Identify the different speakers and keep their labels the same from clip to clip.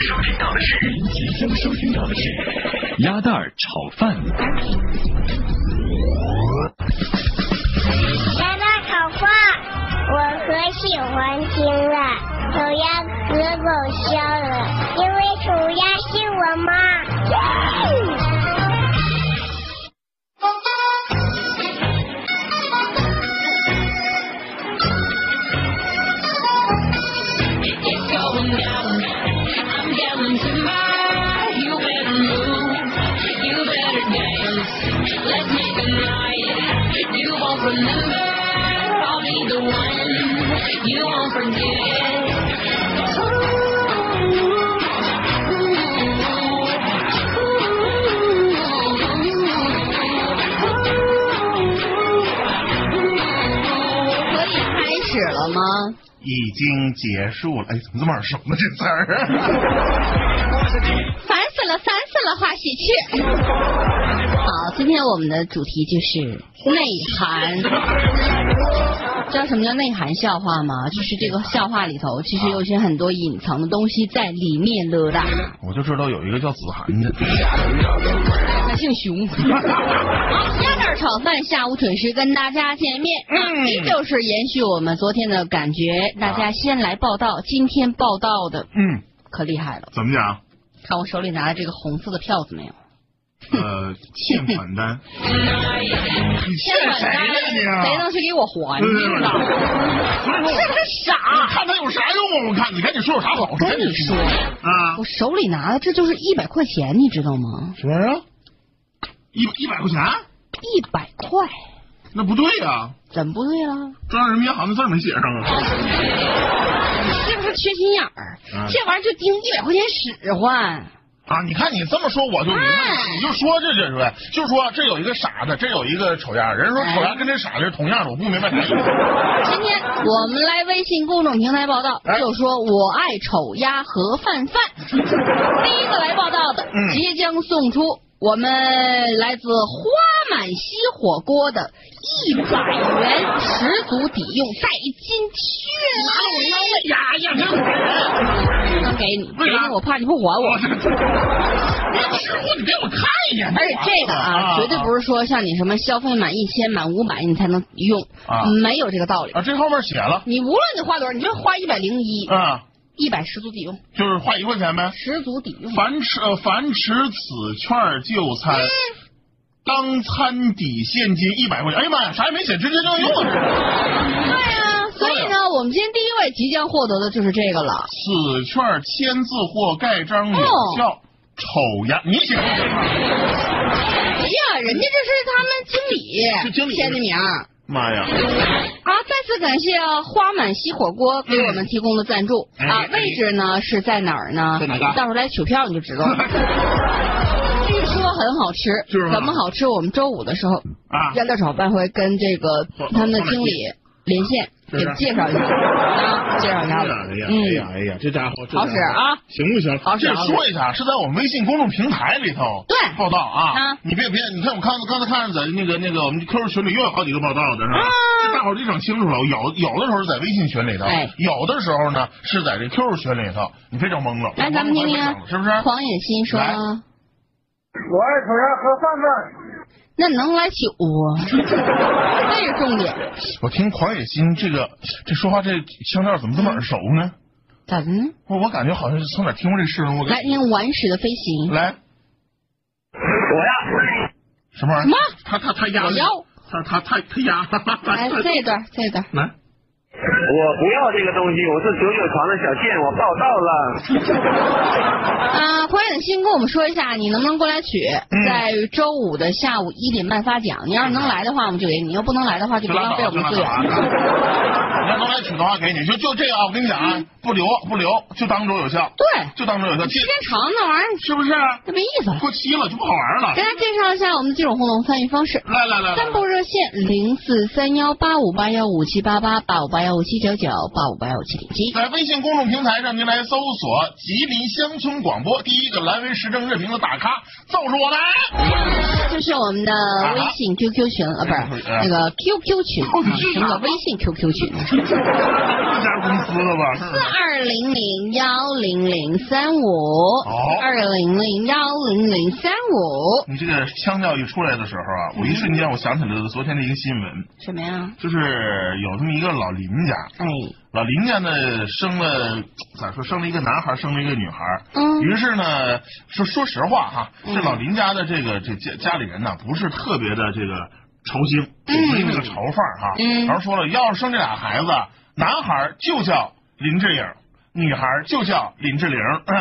Speaker 1: 收听到的是，您即将收听到的是鸭蛋儿炒饭。
Speaker 2: 鸭蛋炒饭，我可喜欢听了。丑鸭可搞笑了，因为丑鸭是我妈。
Speaker 3: It's going down. I'm yelling timber. You better move. You better dance. Let's make a night. You won't remember. I'll be the one. You won't forget. Ooh.
Speaker 4: 可以开始了吗？
Speaker 5: 已经结束了。哎，怎么这么耳熟呢？这 词儿。
Speaker 4: 烦死了，烦死了，话喜鹊。好，今天我们的主题就是内涵。知道什么叫内涵笑话吗？就是这个笑话里头，其实有些很多隐藏的东西在里面了的。
Speaker 5: 我就知道有一个叫子涵的，
Speaker 1: 嗯
Speaker 4: 他姓熊。好，鸭蛋炒饭下午准时跟大家见面。嗯，依旧是延续我们昨天的感觉，大家先来报道。今天报道的
Speaker 5: 嗯，
Speaker 4: 可厉害了，
Speaker 5: 怎么讲？
Speaker 4: 看我手里拿的这个红色的票子没有？
Speaker 5: 呃，欠款单。你欠
Speaker 4: 管
Speaker 5: 谁呀
Speaker 4: 谁
Speaker 5: 你？
Speaker 4: 能去给我还
Speaker 5: 对对
Speaker 4: 呢
Speaker 5: 对？
Speaker 4: 是不是
Speaker 5: 你
Speaker 4: 傻？
Speaker 5: 看他有啥用啊？我看你赶紧说有啥好处？
Speaker 4: 跟你说
Speaker 5: 啊
Speaker 4: 我，手里拿的这就是一百块钱，你知道吗？
Speaker 5: 什么啊？一一百块钱？
Speaker 4: 一百块，
Speaker 5: 那不对呀、
Speaker 4: 怎么不对了？
Speaker 5: 中央人民银行的字儿没写上啊。
Speaker 4: 是不是缺心眼儿？
Speaker 5: 啊
Speaker 4: 这玩意儿就盯一百块钱使唤。
Speaker 5: 啊，你看你这么说我就明白了，
Speaker 4: 哎
Speaker 5: 你就说这这是，就说这有一个傻子，这有一个丑样儿，人说丑样儿跟这傻子是同样的，我不明白啥意思。
Speaker 4: 今天我们来微信公众平台报道，
Speaker 5: 哎
Speaker 4: 就说我爱丑鸭和范范。第一个来报道的
Speaker 5: 嗯，
Speaker 4: 即将送出我们来自花满溪火锅的一百元十足抵用代金券，
Speaker 5: 呀呀，这我
Speaker 4: 不能给你，
Speaker 5: 为
Speaker 4: 给
Speaker 5: 啥
Speaker 4: 你我怕你不还我。
Speaker 5: 这师傅，你给我看一眼。
Speaker 4: 而且这个啊，绝对不是说像你什么消费满一千、满五百你才能用
Speaker 5: 啊，
Speaker 4: 没有这个道理。
Speaker 5: 啊，这后面写了
Speaker 4: 你无论你花多少，你就花一百零一，
Speaker 5: 啊，
Speaker 4: 一百十足抵用，
Speaker 5: 就是花一块钱呗。
Speaker 4: 十足抵用。
Speaker 5: 凡持呃凡持此券就餐，当餐抵现金一百块钱。哎呀妈呀，啥也没写，直接就能用啊！这是
Speaker 4: 对啊，所以呢，我们今天第一位即将获得的就是这个了。
Speaker 5: 此券签字或盖章有效。丑呀，你写的。
Speaker 4: 哎呀，人家这是他们
Speaker 5: 是
Speaker 4: 经
Speaker 5: 经
Speaker 4: 理
Speaker 5: 理
Speaker 4: 签的名儿。
Speaker 5: 妈呀！
Speaker 4: 好，再次感谢啊花满溪火锅给我们提供的赞助、
Speaker 5: 嗯
Speaker 4: 啊
Speaker 5: 哎，
Speaker 4: 位置呢是在哪儿呢？
Speaker 5: 在哪个
Speaker 4: 到时候来取票你就知道了。 据说很好吃，
Speaker 5: 是吗
Speaker 4: 怎么好吃？我们周五的时候，
Speaker 5: 啊，
Speaker 4: 鸭蛋炒饭会跟这个
Speaker 5: 花
Speaker 4: 他们的经理连线，
Speaker 5: 是
Speaker 4: 给介绍一下啊，
Speaker 5: 哎
Speaker 4: 介绍一下吧。嗯，
Speaker 5: 哎呀，这家伙
Speaker 4: 好使啊！
Speaker 5: 行不行？
Speaker 4: 好使
Speaker 5: 这
Speaker 4: 好使
Speaker 5: 说一下，是在我们微信公众平台里头
Speaker 4: 对
Speaker 5: 报道啊。
Speaker 4: 啊
Speaker 5: 你别别，你看我看刚才看在那个那个我们 QQ 群里又有好几个报道的是吧？
Speaker 4: 啊
Speaker 5: 这大伙儿就整清楚了，有有的时候是在微信群里头
Speaker 4: 哎，
Speaker 5: 有的时候呢是在这 QQ 群里头，你别整懵了。
Speaker 4: 来，咱们听听啊
Speaker 5: 我也不整了是不是？
Speaker 4: 黄野心说
Speaker 5: 来
Speaker 4: 呢，
Speaker 6: 我爱瞅鸭和饭饭，
Speaker 4: 那能来九啊？ 这是重点，
Speaker 5: 我听狂野心这个这说话这腔调怎么这么耳熟呢？
Speaker 4: 嗯咋的呢？
Speaker 5: 我我感觉好像是从哪儿听过这声儿。我
Speaker 4: 来听《顽石的飞行》。
Speaker 5: 来，
Speaker 6: 我呀，
Speaker 5: 什么玩意儿？
Speaker 4: 什么
Speaker 5: 他他他压
Speaker 4: 我要
Speaker 5: 他他他他压
Speaker 4: 来这一段，这一段。
Speaker 5: 来，
Speaker 6: 我不要这个东西，我是九九床的小贱，我报到了。
Speaker 4: 啊，黄远新跟我们说一下，你能不能过来取？
Speaker 5: 嗯
Speaker 4: 在周五的下午一点半发奖。你要是能来的话，我们就给你；要不能来的话，就
Speaker 5: 就
Speaker 4: 不
Speaker 5: 拉
Speaker 4: 浪
Speaker 5: 倒
Speaker 4: 费我们的
Speaker 5: 就
Speaker 4: 资
Speaker 5: 拉
Speaker 4: 源
Speaker 5: 倒。啊你要能来取的话，给你。就就这个啊，我跟你讲啊，不留不留，就当周有效，
Speaker 4: 对，
Speaker 5: 就当周有效，这
Speaker 4: 时间长了那玩意儿
Speaker 5: 是不是？
Speaker 4: 那没意思了。
Speaker 5: 过期了就不好玩了
Speaker 4: 给。大家介绍一下我们的几种互动参
Speaker 5: 嗯
Speaker 4: 与方式。
Speaker 5: 来来来，来
Speaker 4: 三部热线零四三幺八五八幺五七八八八五八幺五七七九九八五八幺五七零七。
Speaker 5: 在微信公众平台上，您来搜索“吉林乡村广播”，第一个栏为时政热评的大咖就是我们。
Speaker 4: 就是我们的微信 QQ 群啊，不是那个 QQ 群，嗯什么叫微信 QQ
Speaker 5: 嗯
Speaker 4: 群？啊
Speaker 5: 这家公司的吧？啊
Speaker 4: 四二零零幺零零三五，二零零幺零零三五，
Speaker 5: 你这个腔调一出来的时候啊，我一瞬间我想起来了昨天的一个新闻，
Speaker 4: 什么呀？
Speaker 5: 就是有这么一个老林家，
Speaker 4: 哎，
Speaker 5: 老林家呢生了咋说生了一个男孩，生了一个女孩。
Speaker 4: 嗯
Speaker 5: 于是呢，说说实话哈，
Speaker 4: 嗯
Speaker 5: 这老林家的这个这家家里人呢，不是特别的这个潮兴，也不是那个潮范儿哈。
Speaker 4: 嗯
Speaker 5: 然后说了，要是生这俩孩子，男孩儿就叫林志颖，女孩儿就叫林志玲。 嗯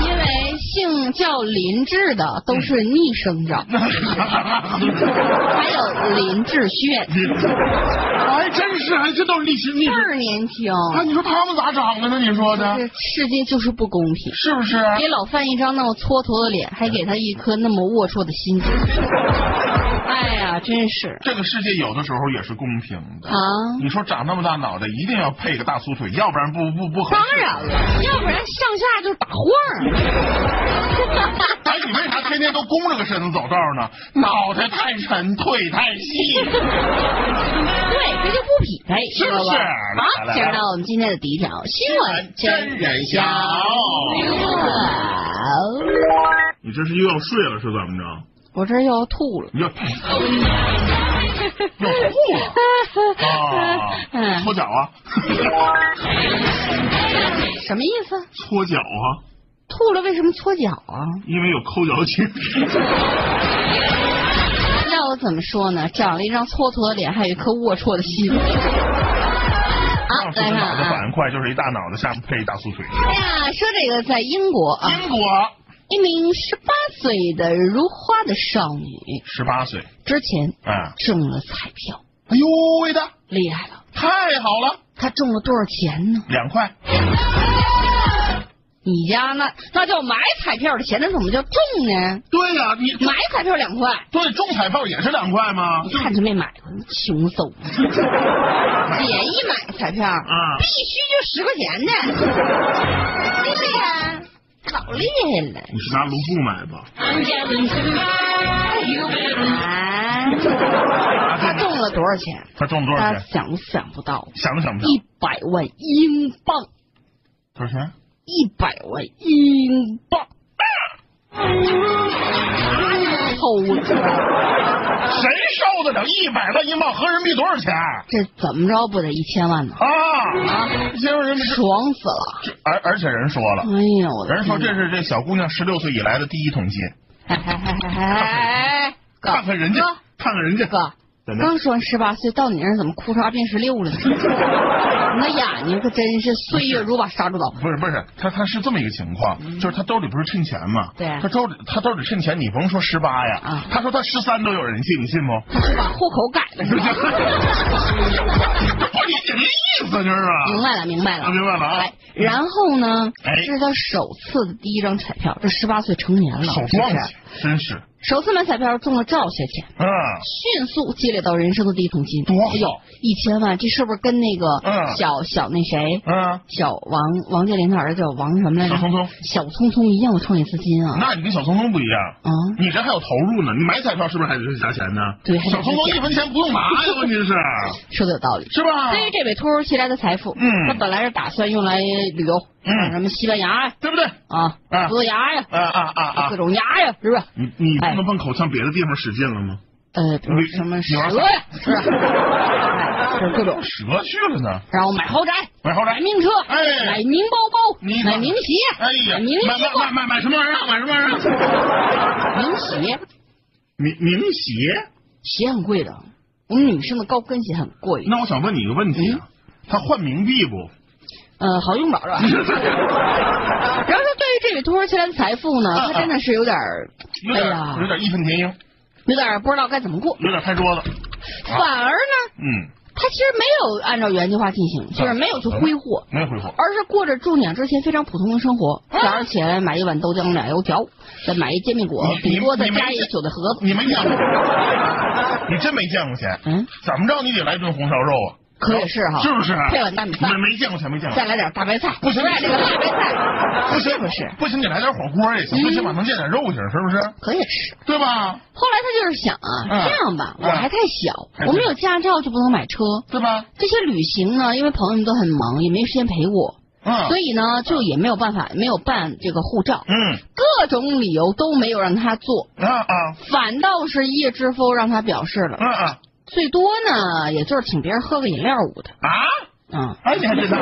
Speaker 4: 因为姓叫林志的都是逆生 长，还有林志炫，
Speaker 5: 还哎真是，还这都是逆时逆
Speaker 4: 倍
Speaker 5: 时。
Speaker 4: 儿年轻，
Speaker 5: 啊，你说他们咋长的呢？你说
Speaker 4: 这
Speaker 5: 的
Speaker 4: 世界就是不公平。
Speaker 5: 是不是？啊
Speaker 4: 给老范一张那么蹉跎的脸，还给他一颗那么龌龊的 心智。哎呀，真是
Speaker 5: 这个世界有的时候也是公平的。
Speaker 4: 啊！
Speaker 5: 你说长那么大脑袋，一定要配个大粗腿，要不然不不不合适。
Speaker 4: 当然了，要不然上下就是打晃儿。
Speaker 5: 哎，你为啥天天都弓着个身子走道呢？脑袋太沉，腿太细。
Speaker 4: 对，这就不匹配，
Speaker 5: 是不是
Speaker 4: 知道吧
Speaker 5: 来来来
Speaker 4: 好，进入到我们今天的第一条新闻
Speaker 5: 真人秀你这是又要睡了是怎么着？
Speaker 4: 我这又要吐了。
Speaker 5: 你要要吐了啊！
Speaker 4: 嗯，
Speaker 5: 搓脚啊，
Speaker 4: 什么意思？
Speaker 5: 搓脚啊，
Speaker 4: 吐了为什么搓脚啊？
Speaker 5: 因为有抠脚筋。
Speaker 4: 要我怎么说呢？长了一张蹉跎的脸，还有一颗龌龊的心。好，
Speaker 5: 上次
Speaker 4: 来看
Speaker 5: 脑袋
Speaker 4: 啊
Speaker 5: 反。应快，就是一大脑袋，下面配一大粗腿。
Speaker 4: 哎呀，说这个在英国啊，
Speaker 5: 英国
Speaker 4: 一名十八岁的如花的少女
Speaker 5: 十八岁，
Speaker 4: 之前
Speaker 5: 啊，
Speaker 4: 中了彩票，
Speaker 5: 哎呦喂的，
Speaker 4: 厉害了！
Speaker 5: 太好了，
Speaker 4: 她中了多少钱呢？
Speaker 5: 两块。
Speaker 4: 你家那那叫买彩票的钱，那怎么叫中呢？
Speaker 5: 对呀、你
Speaker 4: 买彩票两块，
Speaker 5: 对中彩票也是两块吗？
Speaker 4: 一看就没买过，穷嗖！姐一买彩票，
Speaker 5: 啊
Speaker 4: 必须就十块钱的， 对不对？老厉害了！
Speaker 5: 你是拿卢布买吧？
Speaker 3: I'm gathering timber. You better
Speaker 4: 啊，她中了多少钱？
Speaker 5: 他中了啊多少
Speaker 4: 大家
Speaker 5: 钱？
Speaker 4: 想都想不到，
Speaker 5: 想都想不到。
Speaker 4: 啊一百万英镑，
Speaker 5: 多少钱？
Speaker 4: 一百万英镑，偷了，
Speaker 5: 谁受得了一百万英镑？合人民币多少钱啊？
Speaker 4: 这怎么着不得一千万呢？啊
Speaker 5: 结果人民币这，
Speaker 4: 爽死了！
Speaker 5: 这而而且人说了，
Speaker 4: 哎呀，我的
Speaker 5: 人说这
Speaker 4: 天哪，
Speaker 5: 是这小姑娘十六岁以来的第一桶金。
Speaker 4: 哎哎哎哎哎，哥，
Speaker 5: 看看人家
Speaker 4: 哥，
Speaker 5: 看看人家，
Speaker 4: 哥，
Speaker 5: 怎么
Speaker 4: 刚说完十八岁，到你那儿怎么裤衩变十 六了呢？那眼睛可真是岁月如把杀猪刀。
Speaker 5: 不是不是，他他是这么一个情况，就是他兜里不是趁钱嘛？
Speaker 4: 嗯对啊
Speaker 5: 他兜里他兜里趁钱，你甭说十八呀
Speaker 4: 啊，
Speaker 5: 他说他十三都有人信，你信不？
Speaker 4: 他是把户口改 了是吧？
Speaker 5: 不理解这意思，就是
Speaker 4: 明
Speaker 5: 啊。
Speaker 4: 白了，明白了
Speaker 5: 啊，，明白了啊
Speaker 4: 哎。，然后呢？
Speaker 5: 哎
Speaker 4: 这是他首次的第一张彩票，这十八岁成年了，
Speaker 5: 少
Speaker 4: 是不
Speaker 5: 撞
Speaker 4: 是啊
Speaker 5: 去，真是，
Speaker 4: 首次买彩票中了兆些钱，
Speaker 5: 嗯，
Speaker 4: 迅速积累到人生的第一桶金，
Speaker 5: 多好
Speaker 4: 哎呦，一千万，这是不是跟那
Speaker 5: 嗯
Speaker 4: 个小小那谁，
Speaker 5: 嗯，
Speaker 4: 小王王健林他儿子叫王什么来着？
Speaker 5: 小聪聪，
Speaker 4: 小聪聪一样的创业资金啊！
Speaker 5: 那你跟小聪聪不一样，
Speaker 4: 啊，
Speaker 5: 你这还有投入呢，你买彩票是不是还得是加钱呢？
Speaker 4: 对还得
Speaker 5: 小聪聪
Speaker 4: 加钱
Speaker 5: 一分钱不用拿呀，问题是，
Speaker 4: 说的有道理。
Speaker 5: 是吧？
Speaker 4: 对于这笔突如其来的财富，
Speaker 5: 啊嗯
Speaker 4: 他本来是打算用来旅游，
Speaker 5: 嗯
Speaker 4: 什么西班牙呀、
Speaker 5: 对不对？
Speaker 4: 啊
Speaker 5: 啊，
Speaker 4: 葡萄牙呀、
Speaker 5: 啊啊啊啊
Speaker 4: 各！种牙呀，是不是？
Speaker 5: 你你不
Speaker 4: 哎
Speaker 5: 能奔口腔别的地方使劲了吗？
Speaker 4: 呃，比
Speaker 5: 嗯
Speaker 4: 如什么蛇呀，是吧？哎，就是各种。
Speaker 5: 折去了呢？
Speaker 4: 然后买豪宅，
Speaker 5: 买豪
Speaker 4: 买
Speaker 5: 宅？
Speaker 4: 名车，
Speaker 5: 哎
Speaker 4: 买名包包，
Speaker 5: 你
Speaker 4: 买名鞋，
Speaker 5: 哎呀，
Speaker 4: 买名
Speaker 5: 买
Speaker 4: 衣
Speaker 5: 买买买买什么玩意儿？买啊什么玩意儿？
Speaker 4: 服，名鞋，
Speaker 5: 名名鞋？
Speaker 4: 鞋很贵的，我们女生的高跟鞋很贵，
Speaker 5: 那我想问你一个问题啊，
Speaker 4: 嗯
Speaker 5: 他换冥币不？
Speaker 4: 呃，好用不着是吧？ 然后说，对于这笔突如其来的财富呢，
Speaker 5: 啊
Speaker 4: 他真的是有点儿，
Speaker 5: 有
Speaker 4: 哎
Speaker 5: 点
Speaker 4: 呀，
Speaker 5: 有点义愤填膺，
Speaker 4: 有点儿不知道该怎么过，
Speaker 5: 有点拍桌子。啊
Speaker 4: 反而呢，
Speaker 5: 嗯，
Speaker 4: 他其实没有按照原计划进行，就是没有去挥霍，
Speaker 5: 没回复。
Speaker 4: 而是过着住两之前非常普通的生活，
Speaker 5: 嗯
Speaker 4: 早上起来买一碗豆浆、俩油条，再买一煎饼果
Speaker 5: 你，你
Speaker 4: 顶多再
Speaker 5: 你没
Speaker 4: 加一
Speaker 5: 见
Speaker 4: 韭菜盒子。
Speaker 5: 你没见过，你真没见过钱。
Speaker 4: 嗯
Speaker 5: 怎么着你得来顿红烧肉啊？
Speaker 4: 可也是哈，
Speaker 5: 是不是？啊
Speaker 4: 配碗大米饭
Speaker 5: 没，没见过钱，没见过。
Speaker 4: 再来点大白菜，
Speaker 5: 不行
Speaker 4: 来这个大白菜，
Speaker 5: 不
Speaker 4: 是
Speaker 5: 行
Speaker 4: 不是？嗯
Speaker 5: 不行，你来点火锅也行，最起码能见点肉去，是不是？
Speaker 4: 可以吃。
Speaker 5: 对吧？
Speaker 4: 后来他就是想啊，
Speaker 5: 嗯
Speaker 4: 这样吧，我
Speaker 5: 嗯
Speaker 4: 还太小，
Speaker 5: 还
Speaker 4: 我没
Speaker 5: 是
Speaker 4: 有驾照就不能买车。
Speaker 5: 对吧？
Speaker 4: 这些旅行呢，因为朋友们都很忙，也没时间陪我，
Speaker 5: 嗯，
Speaker 4: 所以呢，就也没有办法，没有办这个护照，
Speaker 5: 嗯
Speaker 4: 各种理由都没有让他做，
Speaker 5: 啊啊
Speaker 4: 反倒是叶之夫让他表示了，
Speaker 5: 嗯啊
Speaker 4: 最多呢，也就是请别人喝个饮料捂他。
Speaker 5: 啊！
Speaker 4: 啊、
Speaker 5: 哎，你还知道？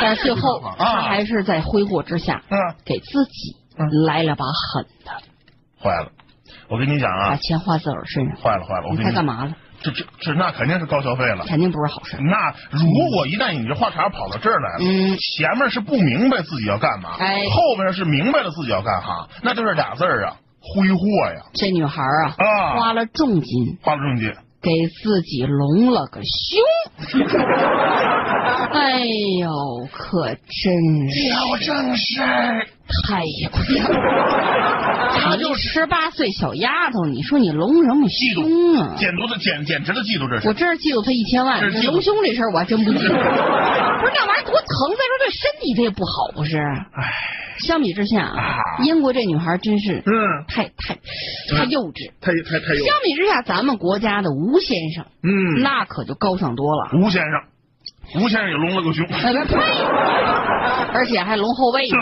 Speaker 4: 但是最后
Speaker 5: 啊
Speaker 4: 他还是在挥霍之下，
Speaker 5: 嗯，
Speaker 4: 给自己
Speaker 5: 嗯啊
Speaker 4: 来了把狠的，
Speaker 5: 坏了，我跟你讲
Speaker 4: 把
Speaker 5: 啊，
Speaker 4: 钱花自个儿身上。
Speaker 5: 坏了坏了，我
Speaker 4: 哎
Speaker 5: 啊跟
Speaker 4: 你猜
Speaker 5: 你
Speaker 4: 干？嘛了？
Speaker 5: 这这这那肯定是高消费了。
Speaker 4: 肯定不是好事。
Speaker 5: 那如果一旦你这话茬跑到这儿来了，
Speaker 4: 嗯
Speaker 5: 前面是不明白自己要干嘛，
Speaker 4: 哎
Speaker 5: 后边是明白了自己要干哈，那就是俩字儿啊，挥霍呀，
Speaker 4: 这女孩啊，
Speaker 5: 啊
Speaker 4: 花了重金
Speaker 5: 花了重金。
Speaker 4: 给自己隆了个 胸，哎呦，可真是
Speaker 5: 有正事，
Speaker 4: 太亏了！你十八岁小丫头，你说你隆什么
Speaker 5: 嫉
Speaker 4: 胸
Speaker 5: 妒，
Speaker 4: 啊？
Speaker 5: 简直的简简直的嫉妒这
Speaker 4: 我
Speaker 5: 是。
Speaker 4: 真是嫉妒她一千万
Speaker 5: 这，是
Speaker 4: 这
Speaker 5: 嫉妒
Speaker 4: 隆胸这事儿我还真不嫉妒。不是那玩意儿多疼，再说对身体它也不好，不是？相比之下啊，
Speaker 5: 啊
Speaker 4: 英国这女孩真是
Speaker 5: 哎嗯，
Speaker 4: 太太太幼稚。
Speaker 5: 太太太有，
Speaker 4: 相比之下，咱们国家的吴先生
Speaker 5: 哎嗯，
Speaker 4: 那可就高尚多了。
Speaker 5: 吴先生，吴先生也隆了个胸，
Speaker 4: 哎呸！而且还龙后 卫呢。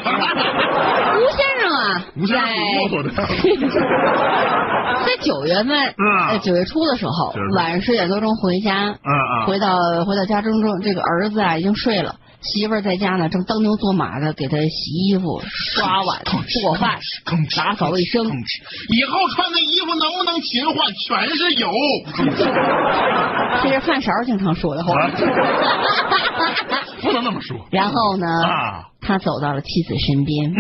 Speaker 4: 吴先生啊，
Speaker 5: 吴先生挺 啰嗦
Speaker 4: 在在九月份，
Speaker 5: 嗯
Speaker 4: 在九月初的时候
Speaker 5: 九月，初
Speaker 4: 晚上十点多钟回家，
Speaker 5: 嗯啊，
Speaker 4: 回到回到家中中，这个儿子啊已经睡了，媳妇儿在家呢，正当牛做马的给他洗衣服、刷碗、做饭、打扫卫生。
Speaker 5: 以后穿的衣服能不能勤换，全是油。
Speaker 4: 这是饭勺儿经常说的话。
Speaker 5: 嗯不能那么说
Speaker 4: 然后呢，
Speaker 5: 啊，
Speaker 4: 他走到了妻子身边，
Speaker 5: 嗯，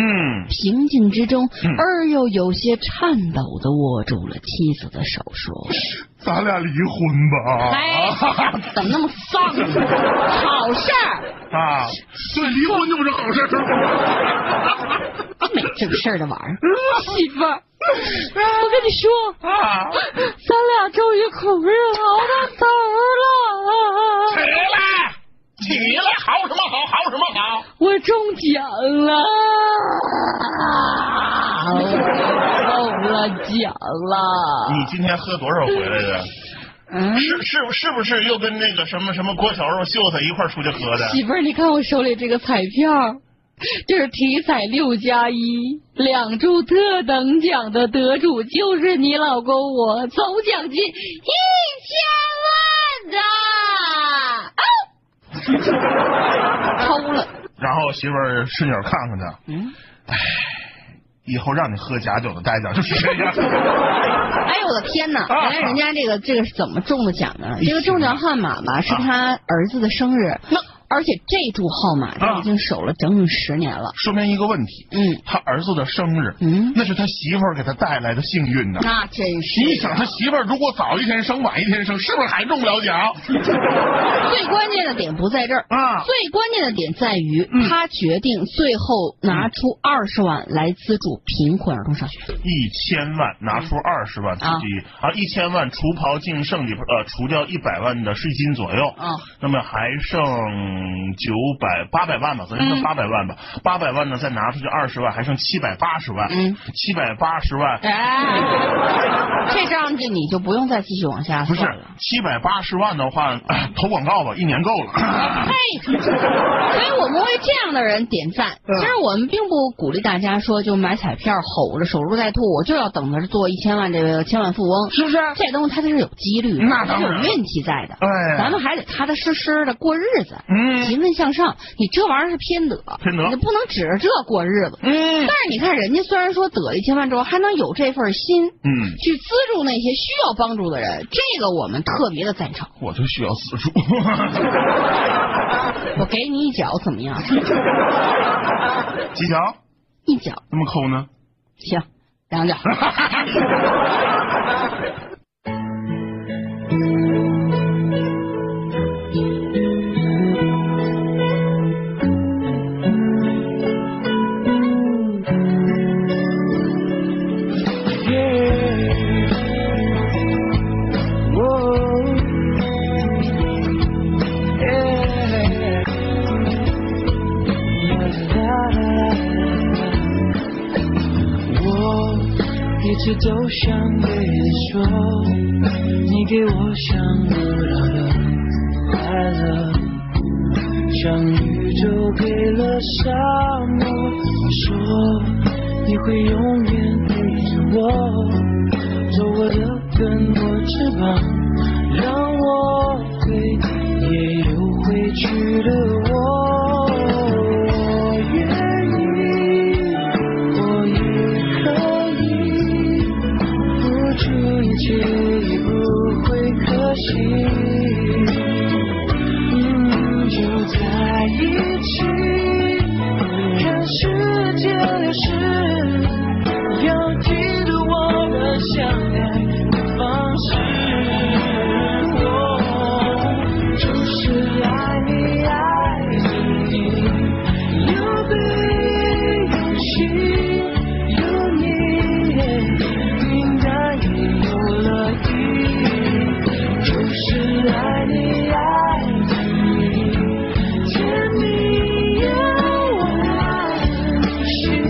Speaker 4: 平静之中
Speaker 5: 嗯，
Speaker 4: 而又有些颤抖的握住了妻子的手，说
Speaker 5: 哦咱俩离婚吧。：“
Speaker 4: 哎，怎么那么丧呢？好事儿，
Speaker 5: 啊，对，离婚就是好事儿。
Speaker 4: 啊没正事儿的玩意儿。”媳妇儿，我跟你说，
Speaker 5: 啊，
Speaker 4: 咱俩终于苦日熬到头
Speaker 5: 起
Speaker 4: 了，
Speaker 5: 来，起来，嚎什么嚎，嚎什么嚎？
Speaker 4: 我中奖了，中了奖了。
Speaker 5: 你今天喝多少回来的？
Speaker 4: 嗯，
Speaker 5: 是是是不是又跟那个什么什么郭小肉秀才一块儿出去喝的？
Speaker 4: 媳妇儿，你看我手里这个彩票，这是体彩六加一，两注特等奖的得主就是你老公我，总奖金一千万的，啊、抽了，
Speaker 5: 然后媳妇儿顺眼看看他，
Speaker 4: 嗯，
Speaker 5: 以后让你喝假酒的代价就是这样。
Speaker 4: 哎呦我的天哪！原来人家这个这个是怎么中的奖呢？这个中奖号码吧是他儿子的生日，而且这注号码他已经守了整整十年了，
Speaker 5: 说明一个问题，
Speaker 4: 嗯
Speaker 5: 他儿子的生日，
Speaker 4: 嗯
Speaker 5: 那是他媳妇儿给他带来的幸运呢。
Speaker 4: 那真是
Speaker 5: 你想，他媳妇儿如果早一天生，晚一天生，是不是还中不了奖？
Speaker 4: 最关键的点不在这儿
Speaker 5: 啊
Speaker 4: 最关键的点在于、
Speaker 5: 嗯
Speaker 4: 他决定最后拿出二十万来资助贫困儿童上学。
Speaker 5: 一千万拿出
Speaker 4: 嗯
Speaker 5: 二十万自己啊，一千万除刨净剩里边呃，除掉一百万的税金左右，
Speaker 4: 啊
Speaker 5: 那么还剩九百八百万吧，咱就
Speaker 4: 嗯
Speaker 5: 剩八百万吧，八百万呢再拿出去二十万，还剩七百八十万，
Speaker 4: 嗯
Speaker 5: 七百八十万
Speaker 4: 哎，这账这你就不用再继续往下
Speaker 5: 不是
Speaker 4: 算了。
Speaker 5: 七百八十万的话、 哎投广告吧，一年够了。
Speaker 4: 嘿，所以我们为这样的人点赞。
Speaker 5: 嗯
Speaker 4: 其实我们并不鼓励大家说就买彩票吼着守株待兔，我就要等着做一千万这个千万富翁，是不是？这东西它是有几率的，
Speaker 5: 那当
Speaker 4: 是有
Speaker 5: 然
Speaker 4: 运气在的。
Speaker 5: 哎
Speaker 4: 咱们还得踏踏实实的过日子，
Speaker 5: 嗯
Speaker 4: 勤奋向上。你这玩意儿是偏得，
Speaker 5: 偏得
Speaker 4: 你不能指着这过日子。
Speaker 5: 嗯
Speaker 4: 但是你看，人家虽然说得了一千万之后，还能有这份心，
Speaker 5: 嗯，
Speaker 4: 去资助那些需要帮助的人，这个我们特别的赞成。
Speaker 5: 我就需要资助。
Speaker 4: 我给你一脚怎么样？
Speaker 5: 吉祥，
Speaker 4: 一脚
Speaker 5: 那么抠 呢？
Speaker 4: 行，两 脚。
Speaker 7: Yeah. Whoa. 一直都想对你说，你给我想不到的快乐，像宇宙给了沙漠。说你会永远陪着我，做我的更多翅膀，让我飞，也有回去的我。我愿意，我也可以，付出一切也不会可惜。嗯，就在一起，看世界流逝，要记得我们相爱的方式。哦就是爱你，爱你。有悲有喜，有你平淡也有乐意，就是爱你爱你，甜蜜又温馨，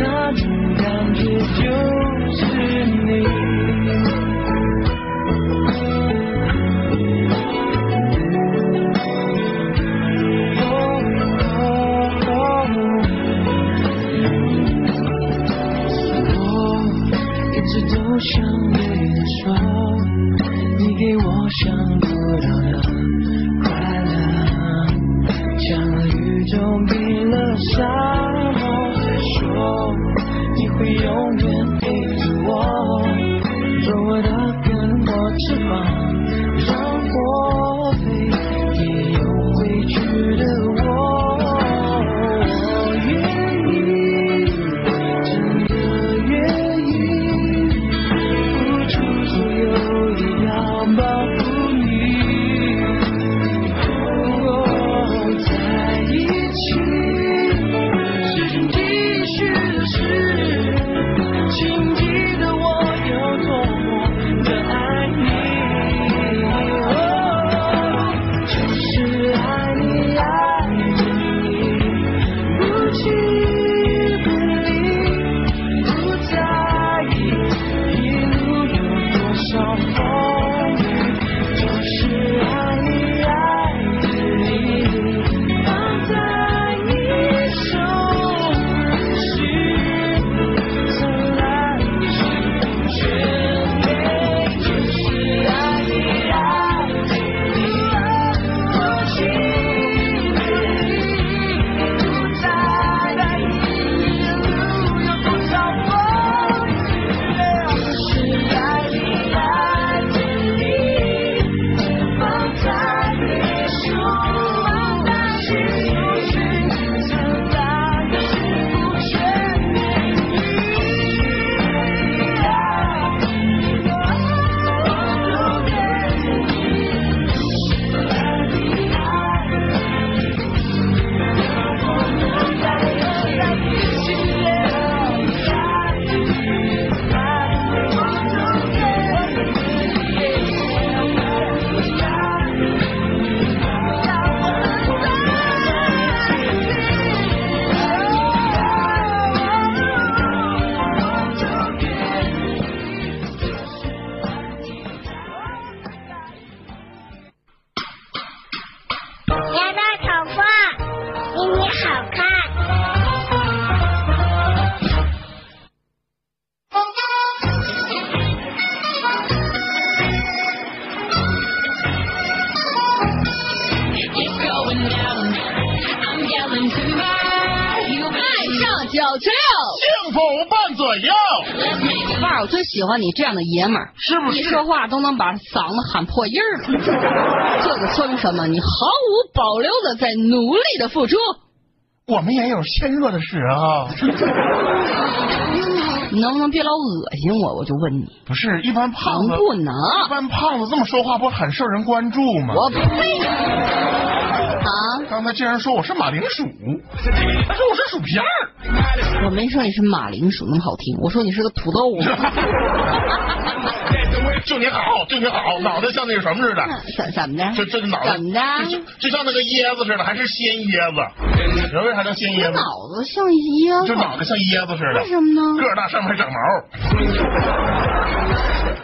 Speaker 7: 那种感觉就是你。哦哦哦我一直都想对你说，你给我想不到的快乐，像宇宙给了沙漠，说你会永远陪着我，做我的更多翅膀，让我飞，也有回去的我。我愿意，真的愿意，付出所有也要保护你。哦，在一起，是生继续的事，请记得我有多么的爱你。哦，就是爱你爱你，不弃不离，不在意一路有多少风雨，就是爱你爱你，放在你手里是从来是不缺杯，就是爱你爱你。不弃不离，不在意一路有多少风雨，是爱你爱你，放在你手，放在心中去，承担的幸福全给你，我都给你。
Speaker 2: 鸭蛋炒饭，今天好看。
Speaker 3: It's going down. I'm yelling timber. You
Speaker 4: 爱
Speaker 3: better
Speaker 4: 上九十六。
Speaker 5: 幸福伴左右，
Speaker 3: Let's make it
Speaker 4: 范儿，我最喜欢你这样的爷们儿，
Speaker 5: 是不
Speaker 4: 一
Speaker 5: 是？
Speaker 4: 说话都能把嗓子喊破音儿了。 这个说明什么？你毫无保留的在努力的付出，
Speaker 5: 我们也有纤弱的啊时候，
Speaker 4: 你能不能别老恶心我？我就问你，
Speaker 5: 不是一般胖
Speaker 4: 能
Speaker 5: 子，
Speaker 4: 不能？
Speaker 5: 一般胖子这么说话不是很受人关注吗？
Speaker 4: 我呸！啊，
Speaker 5: 刚才竟然说我是马铃 薯，他说我是薯片儿。
Speaker 4: 我没说你是马铃薯那么好听，我说你是个土豆。
Speaker 5: 就你好，就你好，脑袋像那个什么似的，
Speaker 4: 怎怎么的？
Speaker 5: 这这脑袋
Speaker 4: 嗯怎么的？
Speaker 5: 就就像那个椰子似的，还是鲜椰子。你知道为啥叫鲜椰
Speaker 4: 我
Speaker 5: 子？
Speaker 4: 脑子像椰
Speaker 5: 就
Speaker 4: 子，
Speaker 5: 脑袋像椰子似
Speaker 4: 为
Speaker 5: 的，
Speaker 4: 什么呢？
Speaker 5: 个儿 大，上面还长毛。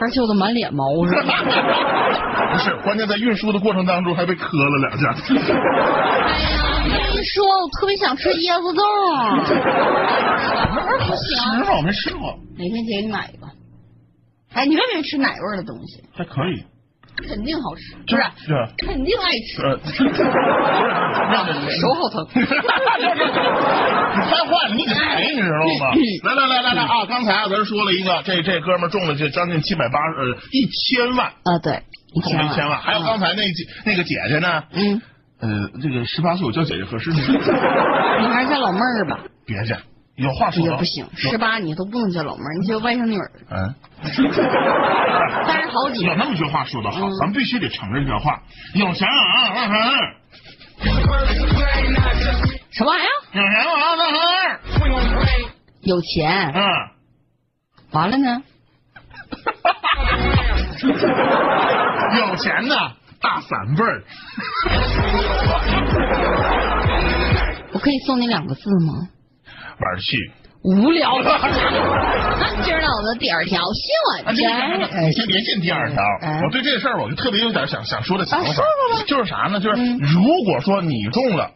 Speaker 4: 而且我都满脸毛是吧？
Speaker 5: 不是，关键在运输的过程当中还被磕了两下。
Speaker 4: 一说，我特别想吃椰子 冻。
Speaker 5: 那玩意儿好吃吗？我没吃过，
Speaker 4: 哪天姐给你买一个。哎，你愿不愿意吃奶味儿的东西？
Speaker 5: 还可以。
Speaker 4: 肯定好吃，
Speaker 5: 这
Speaker 4: 不是？
Speaker 5: 这
Speaker 4: 肯定爱吃。
Speaker 5: 呃， 不是，那
Speaker 4: 手好疼。
Speaker 5: 你太坏了，你给谁你知道
Speaker 4: 嗯
Speaker 5: 吗？来来来来来啊！刚才啊，咱说了一个，这这哥们儿中了这将近七百八呃一千万，
Speaker 4: 啊，对，一
Speaker 5: 中了一千万。还有刚才那姐那个姐姐呢？
Speaker 4: 嗯，
Speaker 5: 呃，这个十八岁我叫姐姐合 适吗？
Speaker 4: 你还是叫老妹儿吧，
Speaker 5: 别介，有话
Speaker 4: 这
Speaker 5: 说
Speaker 4: 就
Speaker 5: 早
Speaker 4: 不行，
Speaker 5: 有
Speaker 4: 十八你都不能叫老妹儿，你叫外甥女儿，
Speaker 5: 嗯，
Speaker 4: 三十好几
Speaker 5: 有那么句话说得好，
Speaker 4: 嗯
Speaker 5: 咱们必须得承认这话。有钱啊，那啥，
Speaker 4: 什么玩意儿？
Speaker 5: 有钱啊，那啥，
Speaker 4: 有钱，
Speaker 5: 嗯。
Speaker 4: 完了呢？
Speaker 5: 有钱呐，大散辈儿，
Speaker 4: 我可以送你两个字吗？
Speaker 5: 玩儿去。
Speaker 4: 无聊了， 今儿我的第二条新
Speaker 5: 啊，
Speaker 4: 闻，
Speaker 5: 这个
Speaker 4: 哎
Speaker 5: 你先别进第二条
Speaker 4: 哎，
Speaker 5: 我对这事儿我就特别有点想想说的想
Speaker 4: 啊
Speaker 5: 法
Speaker 4: 说说吧，
Speaker 5: 就是啥呢？就是
Speaker 4: 嗯
Speaker 5: 如果说你中了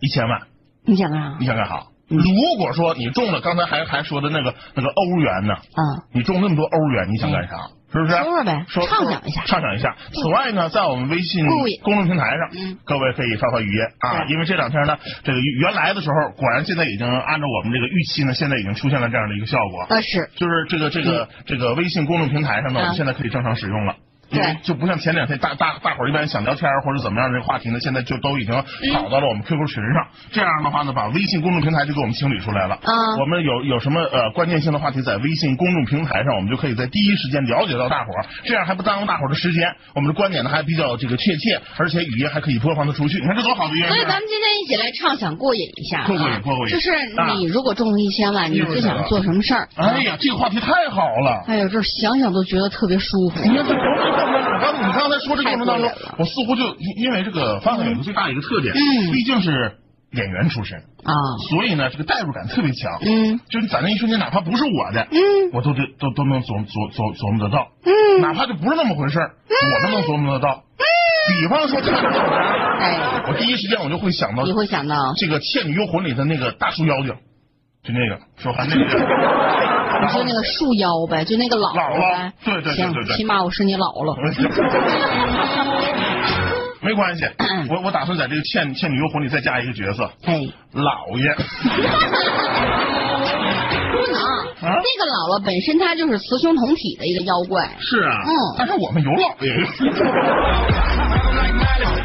Speaker 5: 一千万，
Speaker 4: 你啊想干啥
Speaker 5: 你？想干啥？
Speaker 4: 嗯
Speaker 5: 如果说你中了刚才还还说的那个那个欧元呢，
Speaker 4: 啊，
Speaker 5: 你中那么多欧元，你想干啥？是不是？
Speaker 4: 嗯说说呗
Speaker 5: 说
Speaker 4: 畅想一下嗯
Speaker 5: 畅想一下。此外呢，在我们微信
Speaker 4: 故意
Speaker 5: 公众平台上，
Speaker 4: 嗯
Speaker 5: 各位可以发发语音啊，
Speaker 4: 对
Speaker 5: 因为这两天呢，这个原来的时候，果然现在已经按照我们这个预期呢，现在已经出现了这样的一个效果，
Speaker 4: 那啊是
Speaker 5: 就是这个这
Speaker 4: 嗯
Speaker 5: 个、这个微信公众平台上呢，我
Speaker 4: 啊
Speaker 5: 们现在可以正常使用了。
Speaker 4: 对
Speaker 5: 因为就不像前两天大大大伙儿一般想聊天或者怎么样的话题呢，现在就都已经
Speaker 4: 嗯
Speaker 5: 跑到了我们 QQ 群上。这样的话呢，把微信公众平台就给我们清理出来了。
Speaker 4: 啊
Speaker 5: 我们有有什么呃关键性的话题，在微信公众平台上，我们就可以在第一时间了解到大伙儿，这样还不耽误大伙儿的时间。我们的观点呢还比较这个确切，而且语音还可以播放的出去。你看这多好的一件啊
Speaker 4: 所以
Speaker 5: 事
Speaker 4: 咱
Speaker 5: 儿！
Speaker 4: 们今天一起来畅想过瘾一下啊，
Speaker 5: 过过瘾过过瘾
Speaker 4: 就是你如果中了一千万，你最想做什么事儿？
Speaker 5: 哎呀，这个话题太好了。
Speaker 4: 哎呦，这想想都觉得特别舒服。
Speaker 5: 你看，这我刚你刚才说这个过程当中
Speaker 4: 嗯太过瘾了，
Speaker 5: 我似乎就因因为这个方向有一个最大的一个特点，
Speaker 4: 嗯
Speaker 5: 毕竟是演员出身，
Speaker 4: 啊，
Speaker 5: 所以呢，这个代入感特别强。
Speaker 4: 嗯
Speaker 5: 就是在那一瞬间，哪怕不是我的，
Speaker 4: 嗯
Speaker 5: 我都得都都能琢琢琢琢磨得到，
Speaker 4: 嗯，
Speaker 5: 哪怕就不是那么回事儿，我都能琢磨得到。比方说这个手机，
Speaker 4: 哎，
Speaker 5: 我第一时间我就会想到
Speaker 4: 你会想到，
Speaker 5: 这个《倩女幽魂》里的那个大树妖精，就那个说话那个，
Speaker 4: 你说那个树妖呗，就那个姥
Speaker 5: 姥姥
Speaker 4: 呗，
Speaker 5: 对对对
Speaker 4: 行
Speaker 5: 对对
Speaker 4: 起码我是你姥姥。
Speaker 5: 没关系，我我打算在这个《倩倩女幽魂》里再加一个角色，
Speaker 4: 哎，
Speaker 5: 老爷。啊
Speaker 4: 不能，哎那个姥姥本身她就是雌雄同体的一个妖怪，
Speaker 5: 是啊，
Speaker 4: 嗯
Speaker 5: 但是我们有老爷。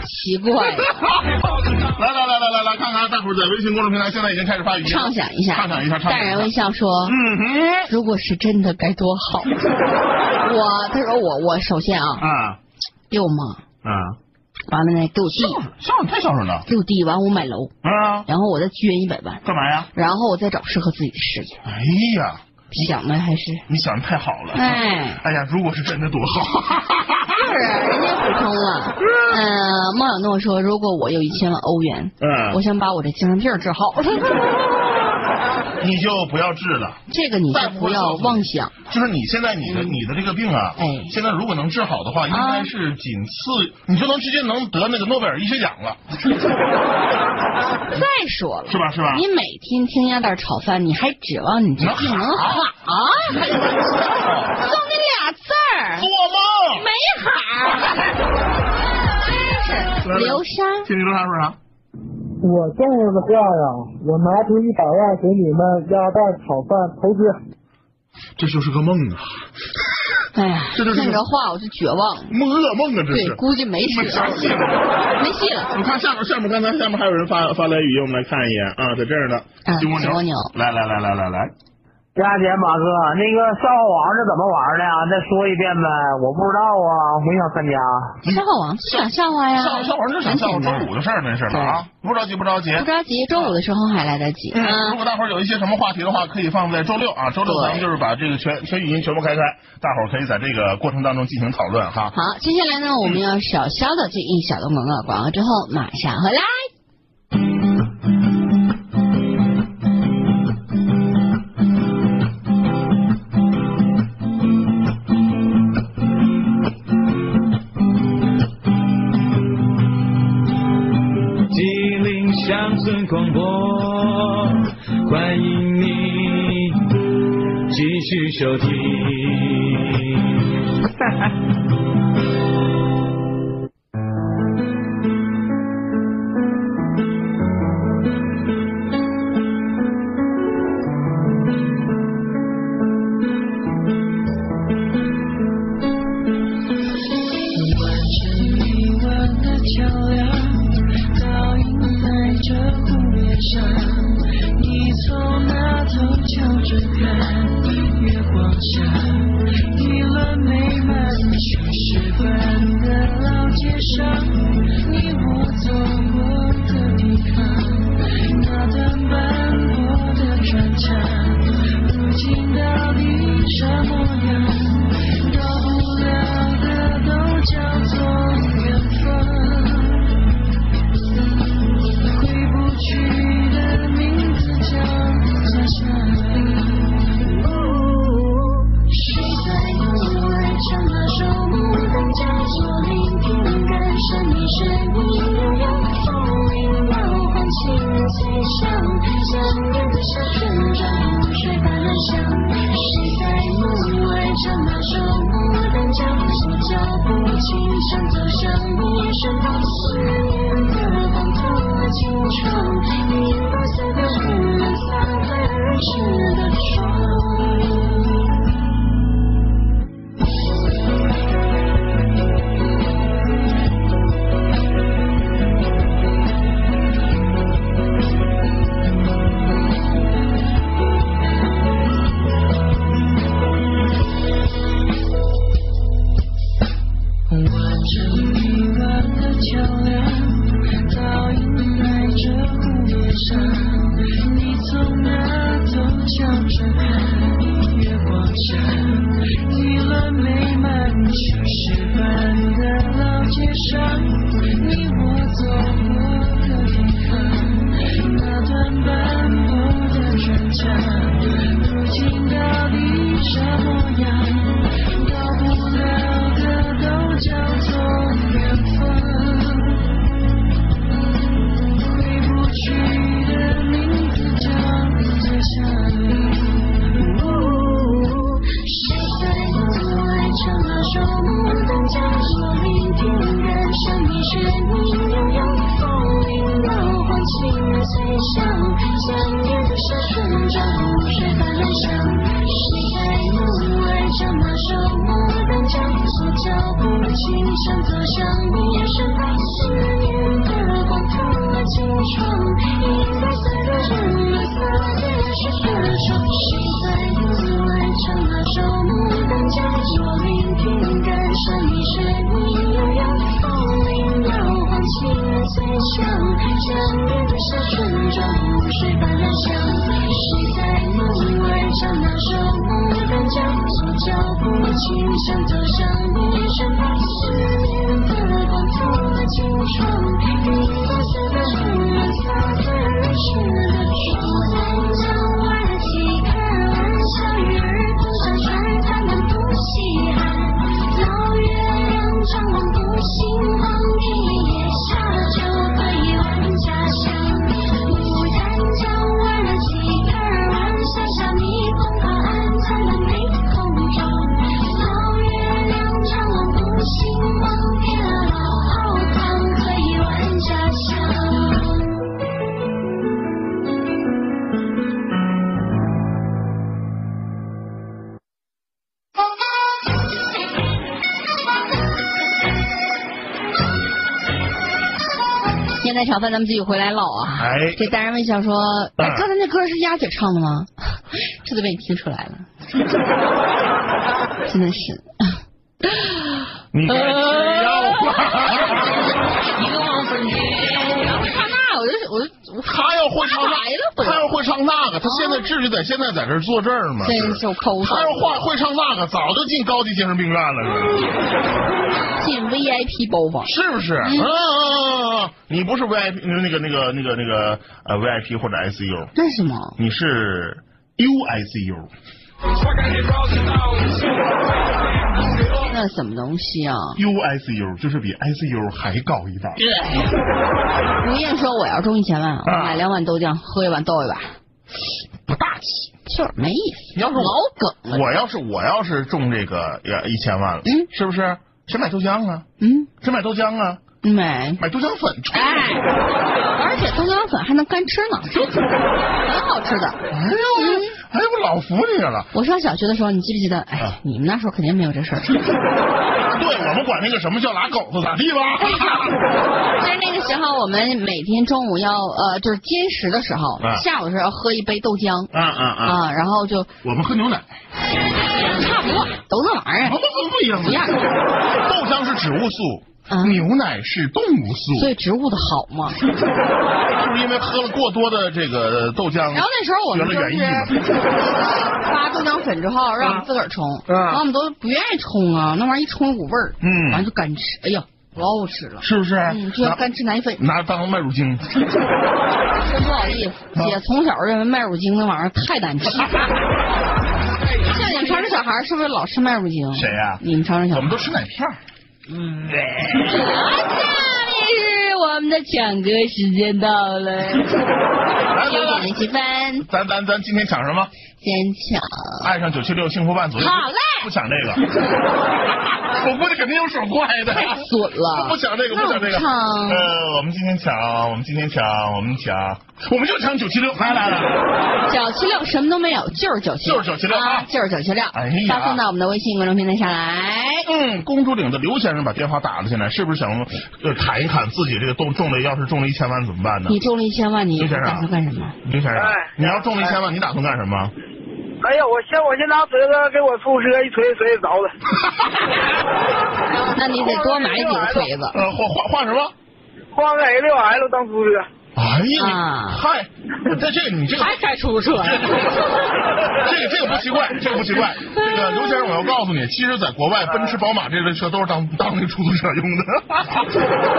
Speaker 4: 奇怪，
Speaker 5: 来来来来来来，看看大伙儿在微信公众平台现在已经开始发语音了，
Speaker 4: 畅想一下，
Speaker 5: 畅想一下，畅
Speaker 4: 淡
Speaker 5: 想
Speaker 4: 然微
Speaker 5: 一下。
Speaker 4: 笑说，
Speaker 5: 嗯哼，
Speaker 4: 如果是真的该 多好。我他说我我首先啊，
Speaker 5: 啊
Speaker 4: 给我妈，
Speaker 5: 啊，
Speaker 4: 完了呢给我
Speaker 5: 孝
Speaker 4: 弟，
Speaker 5: 顺，孝顺太孝顺了
Speaker 4: 给我弟，完我买楼，
Speaker 5: 啊！
Speaker 4: 然后我再捐一百万，
Speaker 5: 干嘛呀？
Speaker 4: 然后我再找适合自己的事业。
Speaker 5: 哎呀，
Speaker 4: 想的还是
Speaker 5: 你想的太好了。
Speaker 4: 哎，
Speaker 5: 哎呀，如果是真的多好。
Speaker 4: 是人家补充了。
Speaker 5: 嗯
Speaker 4: 呃，孟小诺说，如果我有一千万欧元，
Speaker 5: 嗯
Speaker 4: 我想把我的精神病治好。
Speaker 5: 你就不要治了。
Speaker 4: 这个你
Speaker 5: 再
Speaker 4: 就
Speaker 5: 不
Speaker 4: 不要
Speaker 5: 告诉
Speaker 4: 妄
Speaker 5: 你
Speaker 4: 想。
Speaker 5: 就是你现在你的、
Speaker 4: 嗯啊
Speaker 5: 你的这个病啊，
Speaker 4: 哎
Speaker 5: 现在如果能治好的话，应该是仅次，你就能直接能得那个诺贝尔医学奖了，
Speaker 4: 再说了
Speaker 5: 是。吧？是吧？
Speaker 4: 你每天听鸭蛋炒饭，你还指望你这病能好啊？送你俩字 儿，
Speaker 5: 做梦！
Speaker 4: 没好。
Speaker 5: 嗯
Speaker 4: 真是流沙，
Speaker 5: 听你说啥说啥？
Speaker 8: 我答应的话呀，我拿出一百万给你们鸭蛋炒饭投资。
Speaker 5: 这就是个梦啊，
Speaker 4: 哎呀，
Speaker 5: 这就是
Speaker 4: 听这话我就绝望了。
Speaker 5: 梦噩梦啊，这
Speaker 4: 对，
Speaker 5: 是。
Speaker 4: 估计没戏
Speaker 5: 没啥
Speaker 4: 了，
Speaker 5: 戏了。
Speaker 4: 没戏了。
Speaker 5: 我看下面，下面刚才下面还有人发发来语音，我们来看一眼啊，在这儿呢
Speaker 4: 啊，
Speaker 5: 金蜗
Speaker 4: 金蜗
Speaker 5: 牛
Speaker 4: 牛，
Speaker 5: 来来来来来来，
Speaker 8: 我
Speaker 6: 加钱，马哥，那个《烧火王》是怎么玩的呀？再说一遍呗，我不知道啊，我没想参加。
Speaker 4: 笑话王是想笑话呀，
Speaker 5: 上上网就想
Speaker 4: 哎很
Speaker 5: 上
Speaker 4: 简
Speaker 5: 周
Speaker 4: 单，
Speaker 5: 五的事儿，那是了啊，不着急不着急。
Speaker 4: 不着急，周五的时候还来得及。
Speaker 5: 嗯，如果大伙儿有一些什么话题的话，可以放在周六啊，周六咱们就是把这个全全语音全部开开，大伙儿可以在这个过程当中进行讨论哈。
Speaker 4: 好，接下来呢，我们要小小的这一小段广告，广告之后马上回来。
Speaker 7: 吉林乡村广播，欢迎你继续收听。挽着你弯的桥梁。倒映在这湖面上，你从那头瞧着看，月光下，一轮美满，旧时般的老街上，你我走过的地方，那段斑驳的砖墙，如今到底什么样？到不了的都叫做缘分。回不去的名字叫家乡。谁在用我来唱那首牡丹叫做聆听感伤你声音悠扬，风铃摇晃清脆响，想念的小船让湖水般的响。谁在用我来唱那首牡丹叫，我脚步轻声走向你身旁，思念的光透过清窗，你白色的湖洒在儿时的窗。挽着你弯的桥梁，倒映在这湖面上。你从那头瞧着看，月光下，一轮美满，旧时般的老街上，你我走过的地方，那段斑驳的砖墙，如今到底什么样？到不了的都叫做缘分，回不去的名字叫家乡。谁在用我来唱那首牡丹江？我聆听感伤，你声音悠扬，风铃摇晃清脆响，想念的沙顺着湖水般来响。谁在用我来唱那首牡丹江？我脚步轻声走向你身旁，思念的光透过清窗，银白色的日落洒在谁的窗？谁在用我来唱？那首牡丹江，我聆听感伤，你声音悠扬，风铃摇晃清脆响，想念的小船转湖水般的响，谁在用我来唱那首牡丹江？我脚步轻声走向你身旁，思念的光透过清窗，银白色的日落洒在儿时的窗。牡丹江湾西看岸，小鱼儿坐上船，它们不稀罕。老月亮张望不心慌，一夜下就回完家乡。牡丹江湾的西儿湾，山下蜜蜂靠岸，它们没空巢。老月亮张望不心慌，别老后堂，回完家乡。
Speaker 4: 代炒饭，咱们继续回来唠啊。
Speaker 5: 哎
Speaker 4: 这大人问笑说，
Speaker 5: 嗯
Speaker 4: 哎刚才那歌是丫姐唱的吗？ 这都被你听出来 了，真的是。
Speaker 5: 你 该吃药了。
Speaker 4: 唱那，我就我就我
Speaker 5: 哎他要会唱
Speaker 4: 来了
Speaker 5: 那，
Speaker 4: 不是
Speaker 5: 他要会唱那个，他现在至于在现在在这儿坐这儿吗？
Speaker 4: 真
Speaker 5: 是
Speaker 4: 是抠搜
Speaker 5: 他要会会唱那个，早就进高级精神病院了，
Speaker 4: 进 VIP 包房。
Speaker 5: 是不是？嗯嗯嗯，你不是 VIP 那个那个那个那个呃 VIP 或者 ICU，
Speaker 4: 那是什么？
Speaker 5: 你是 UICU，
Speaker 4: 那什么东西啊？
Speaker 5: UICU 就是比 ICU 还高一档。
Speaker 4: 吴燕说：“我要中一千万，我
Speaker 5: 啊
Speaker 4: 买两碗豆浆，喝一碗倒一碗，
Speaker 5: 不大气。
Speaker 4: 就是没意思。
Speaker 5: 你要是我
Speaker 4: 老梗了，
Speaker 5: 我要是我要是中这个呀一千万了，
Speaker 4: 嗯
Speaker 5: 是不是？谁买豆浆啊？
Speaker 4: 嗯，
Speaker 5: 谁买豆浆啊？
Speaker 4: 买。”
Speaker 5: 买豆浆粉冲。
Speaker 4: 哎，而且豆浆粉还能 干吃呢，很好吃的。
Speaker 5: 哎呦，
Speaker 4: 嗯
Speaker 5: 我哎呦，我老服你了。
Speaker 4: 我上小学的时候，你记不记得？哎
Speaker 5: 啊，
Speaker 4: 你们那时候肯定没有这 事儿，
Speaker 5: 对我们管那个什么叫拉狗子咋地吧？
Speaker 4: 但是那个时候我们每天中午要呃，就是兼食的时候，
Speaker 5: 啊
Speaker 4: 下午的时候要喝一杯豆浆
Speaker 5: 啊啊啊！
Speaker 4: 啊，然后就
Speaker 5: 我们喝牛奶，
Speaker 4: 差不多都那玩意
Speaker 5: 我
Speaker 4: 儿
Speaker 5: 们，喝不一样
Speaker 4: 哎一样
Speaker 5: 豆浆是植物
Speaker 4: 啊
Speaker 5: 素，牛奶是动物素，
Speaker 4: 所以植物的好嘛。
Speaker 5: 是不是因为喝了过多的这个呃豆浆？
Speaker 4: 然后那时候我们就
Speaker 5: 原了原意
Speaker 4: 是 发豆浆粉之后，让我们自个儿冲，
Speaker 5: 啊
Speaker 4: 然后我们都不愿意冲啊，那玩意儿一冲有股味儿，
Speaker 5: 嗯
Speaker 4: 完就干吃，哎呀，老好吃了，
Speaker 5: 是不啊是？
Speaker 4: 嗯，就像
Speaker 5: 拿
Speaker 4: 干吃奶粉
Speaker 5: 拿当麦乳精。
Speaker 4: 真不好意思，
Speaker 5: 啊
Speaker 4: 姐从小认为麦乳精那玩意儿太难吃。 像你们长春小孩儿是不是老吃麦乳精？
Speaker 5: 谁哎呀
Speaker 4: 你们长春小
Speaker 5: 我
Speaker 4: 孩
Speaker 5: 们
Speaker 4: 儿。啊
Speaker 5: 都吃奶片儿
Speaker 4: 下面是我们的抢歌时间到了，
Speaker 5: 来来
Speaker 4: 九点
Speaker 5: 来
Speaker 4: 零，七分，先
Speaker 5: 咱咱咱今天抢什么？
Speaker 4: 抢。
Speaker 5: 爱上九七六幸福伴左右。
Speaker 4: 好嘞
Speaker 5: 不抢这个。 我估计肯定有手怪的。
Speaker 4: 太损了
Speaker 5: 不抢这个，
Speaker 4: 那
Speaker 5: 不
Speaker 4: 我
Speaker 5: 抢这个。
Speaker 4: 唱
Speaker 5: 呃，我们今天抢，我们今天抢，我们抢，我们就抢九七六，来来来，
Speaker 4: 九七六什么都没有，就是九七，
Speaker 5: 就是976
Speaker 4: 啊
Speaker 5: 啊，
Speaker 4: 就是九七六。
Speaker 5: 哎呀
Speaker 4: 发送到我们的微信公众平台上来。
Speaker 5: 嗯，公主岭的刘先生把电话打了进来，是不是想呃砍一砍自己这个中中了，要是中了一千万怎么办呢？
Speaker 4: 你中了一千万，你
Speaker 5: 刘先生啊
Speaker 4: 打算干什 么？
Speaker 5: 刘先生啊
Speaker 6: 哎，
Speaker 5: 你要中了一千万，你打算干什么？
Speaker 6: 哎呀，我先我先拿锤子给我出车一锤，锤子着了。
Speaker 4: 那你得多买几个 锤子。
Speaker 5: 呃，换换换什么？
Speaker 6: 换个 A 六 L 当出租车，
Speaker 5: 哎呀，
Speaker 4: 啊
Speaker 5: 你嗨，这这个你这个
Speaker 4: 开出租车
Speaker 5: 这个这个不奇怪，这个不奇怪。这个刘先生，我要告诉你，其实在国外，奔驰、宝马这类车都是当当那个出租车用的。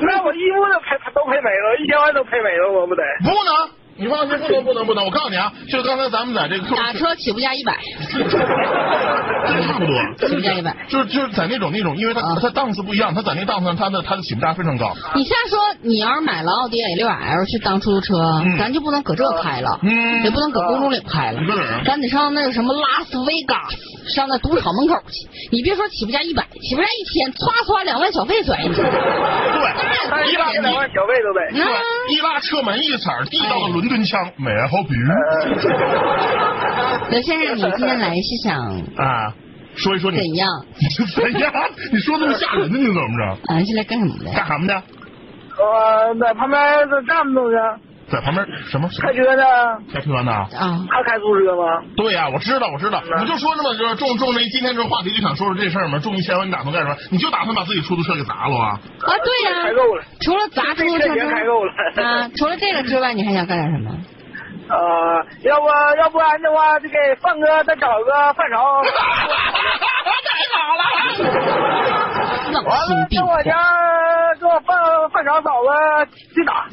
Speaker 6: 那我一屋都赔都赔没了，一千万都赔没了，我不得。
Speaker 5: 不能，你放心，不能不能不能。我告诉你啊，就刚才咱们在这个
Speaker 4: 打车起步价一百，
Speaker 5: 差不多，
Speaker 4: 起步价一百。
Speaker 5: 就是就是在那种那种，因为它、
Speaker 4: 啊
Speaker 5: 它档次不一样，它在那档次上，它的它的起步价非常高。
Speaker 4: 你瞎说，你要是买了奥迪 A 六 L 去当出租车，
Speaker 5: 嗯
Speaker 4: 咱就不能搁这开了，
Speaker 5: 嗯
Speaker 4: 也不能搁公主岭开了
Speaker 6: 嗯
Speaker 5: 你搁哪儿啊，
Speaker 4: 咱得上那个什么拉斯维加斯，上那赌场门口去。你别说起步价一百，起步价一千，歘歘两万小费甩进去。
Speaker 5: 对，一拉
Speaker 6: 两
Speaker 4: 嗯
Speaker 6: 万小费都
Speaker 4: 那
Speaker 6: 得。
Speaker 5: 一拉车门一踩，地道的伦敦腔，美好比喻
Speaker 4: 刘先生，你今天来是想
Speaker 5: 啊。说一说你，
Speaker 4: 怎样？
Speaker 5: 你怎样？你说那么吓人呢？你怎么着？
Speaker 4: 啊，是来干什么的？
Speaker 5: 干什么的？
Speaker 6: 呃我在旁边这站着呢，
Speaker 5: 在旁边什么？
Speaker 6: 开车呢，
Speaker 5: 开车呢？
Speaker 4: 啊，
Speaker 6: 他开出租车吗？
Speaker 5: 对呀、我知道，我知道，
Speaker 6: 嗯
Speaker 5: 我就说这么就是中中那今天这个话题就想说说这事儿嘛，中一千万你打算干什么？你就打算把自己出租车给砸了啊？
Speaker 4: 啊，对 呀、
Speaker 6: 开够了，
Speaker 4: 除了砸出租车
Speaker 6: 这
Speaker 4: 之
Speaker 6: 钱开够了。
Speaker 4: 外，啊，除了这个之外，你还想干点什 么？
Speaker 6: 呃，要不要不然的话，就给范哥再找个饭勺。
Speaker 4: 丧
Speaker 6: 完
Speaker 4: 心
Speaker 6: 了，
Speaker 4: 病
Speaker 6: 跟我
Speaker 4: 狂。
Speaker 6: 家给我饭饭勺找个去打，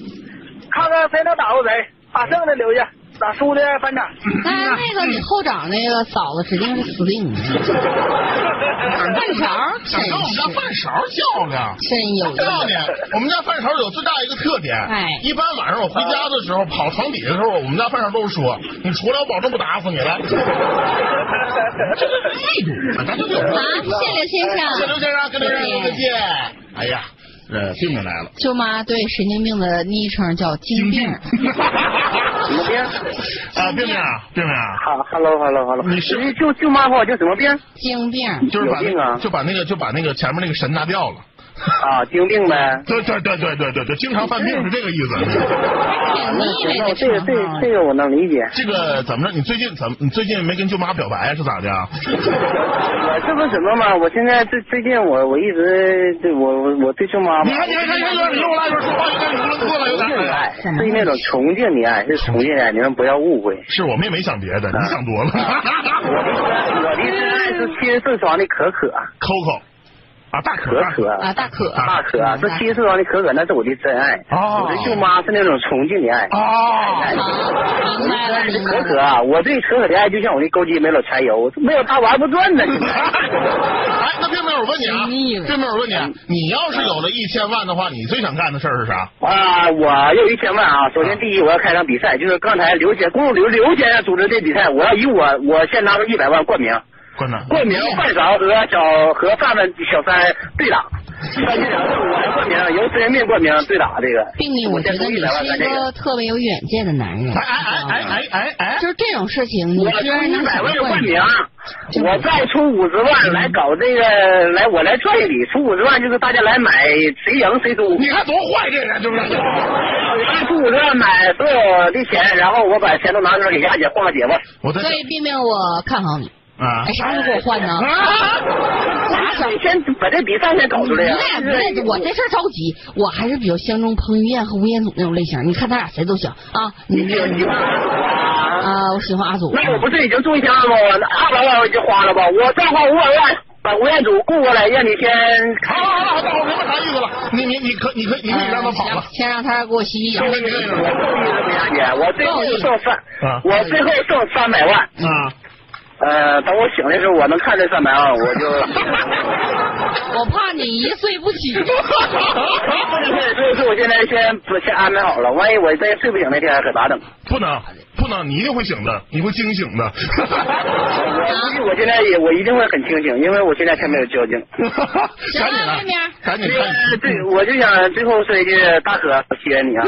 Speaker 6: 看看谁能打过谁，把剩的留下，打输的翻场。
Speaker 4: 哎，那个你后长那个嫂子指定是死定了，呃饭勺哎
Speaker 5: 想
Speaker 4: 真
Speaker 5: 跟我们家
Speaker 4: 是
Speaker 5: 饭勺较量。
Speaker 4: 真有意
Speaker 5: 告诉你
Speaker 4: 思。，
Speaker 5: 我们家饭勺有最大一个特点，
Speaker 4: 哎
Speaker 5: 一般晚上我回家的时候，跑床底下的时候，我们家饭勺都是说，你出来我保证不打死你 了，这就是态度，咱就有
Speaker 4: 啊，谢谢刘先
Speaker 5: 谢谢刘
Speaker 4: 生。
Speaker 5: 先生，跟刘先生说再见。哎呀，呃，病人来了，
Speaker 4: 舅妈对神经病的昵称叫精病儿，
Speaker 6: 什么病？
Speaker 5: 啊，病病啊，病病啊。
Speaker 6: 哈，hello hello hello，
Speaker 5: 你是
Speaker 6: 就舅妈管我叫什么病？
Speaker 4: 精病儿。
Speaker 5: 就是把
Speaker 6: 有病
Speaker 5: 那
Speaker 6: 啊
Speaker 5: 就把那个就把那个前面那个神拿掉了，
Speaker 9: 啊，精病呗。
Speaker 5: 对对对对对对对，经常犯病是这个意思。
Speaker 4: 挺腻歪的啊
Speaker 9: 这个这
Speaker 4: 称
Speaker 9: 个
Speaker 4: 号
Speaker 9: 这个我能理解，
Speaker 5: 这个怎么着？你最近怎么？你最近没跟舅妈表白是咋的啊？
Speaker 9: 我呃这不什么嘛？我现在最最近我我一直对我我我对舅妈
Speaker 5: 你
Speaker 6: 啊
Speaker 9: 嘛，
Speaker 5: 看你看你看，有点溜了，有点说话有点溜了，过了有
Speaker 9: 崇敬
Speaker 5: 点
Speaker 9: 的
Speaker 5: 了。
Speaker 9: 爱，对那种崇敬的爱，是崇敬的爱，你们不要误会。
Speaker 5: 是我们也没想别的，你想多了。
Speaker 9: 我的真爱是七十四双的可可，
Speaker 5: Coco 啊，大可
Speaker 9: 可可，
Speaker 4: 啊，大可
Speaker 9: 大可，这七十四双的可可，那是我的真爱。
Speaker 5: 哦
Speaker 9: 我的舅妈是那种崇敬的爱。
Speaker 5: 啊，
Speaker 4: 好，明白了，
Speaker 9: 这
Speaker 4: 明白
Speaker 9: 可可
Speaker 4: 了。
Speaker 9: 啊，我对可可的爱就像我的钩机没有柴油，没有它我还不转呢。
Speaker 5: 哎，那冰妹，我问你啊，
Speaker 4: 腻歪
Speaker 5: 冰妹，我问你啊，你要是有了一千万的话，你最想干的事儿是啥？
Speaker 9: 啊，我有一千万啊！首先第一，我要开场比赛，就是刚才刘先，公刘刘先生组织这比赛，我要以我我先拿出一百万冠名，
Speaker 5: 关南，
Speaker 9: 冠名范勺和小和范范小三对打，范局长是我来冠名，由人命冠名对打这个。
Speaker 4: 并丽，我觉得你是一个特别有远见的男人。
Speaker 5: 哎哎哎哎哎哎
Speaker 4: 就，是这种事情，你
Speaker 9: 我
Speaker 4: 居然
Speaker 9: 出
Speaker 4: 能
Speaker 9: 一百
Speaker 4: 想
Speaker 9: 万
Speaker 4: 过
Speaker 9: 冠
Speaker 4: 你
Speaker 9: 名，我再出五十万来搞这个，来我来赚一笔，出五十万就是大家来买，谁赢谁输。
Speaker 5: 你看多坏这人，是不是？
Speaker 9: 出五十万买所有的钱，然后我把钱都拿出来给丫姐换个姐吧。
Speaker 5: 我在
Speaker 4: 所以并没有我看好你。
Speaker 5: 啊
Speaker 4: 哎，啥时候给我换呢？啥时候？
Speaker 9: 你先把这比赛先搞出
Speaker 4: 你
Speaker 9: 来呀、
Speaker 4: 俩不认识，我这事儿着急，我还是比较相中彭于晏和吴彦祖那种类型。你看他俩谁都行啊，你
Speaker 9: 你有几万啊？
Speaker 4: 啊，我喜欢阿祖。
Speaker 9: 那我不是已经中枪了吗？我那二百万我已经花了吧？我再花五百万把吴彦祖雇过来，让你先
Speaker 5: 好了好了，好了，我明白啥意思了。你你你可你可你可以让他跑了
Speaker 4: 呃。先让他给我吸吸
Speaker 5: 这
Speaker 4: 氧。
Speaker 5: 回你可以让
Speaker 9: 我
Speaker 5: 他
Speaker 9: 够意思没让姐，我最后剩三，
Speaker 5: 啊
Speaker 9: 我最后剩三百万。
Speaker 5: 啊，
Speaker 9: 呃，等我醒的时候，我能看这三百万，我就。
Speaker 4: 我怕你一睡不 起。
Speaker 9: 所以说，我现在先不先安排好了，万一我再睡不醒那天可咋整？
Speaker 5: 不能不能，你一定会醒的，你会惊醒的。
Speaker 9: 我估计我现在也我一定会很清醒，因为我现在还没有交警。
Speaker 5: 赶紧来，赶紧
Speaker 9: 对，
Speaker 5: 赶
Speaker 9: 对，
Speaker 5: 紧。
Speaker 9: 我就想最后说一句，大哥，我谢谢你啊。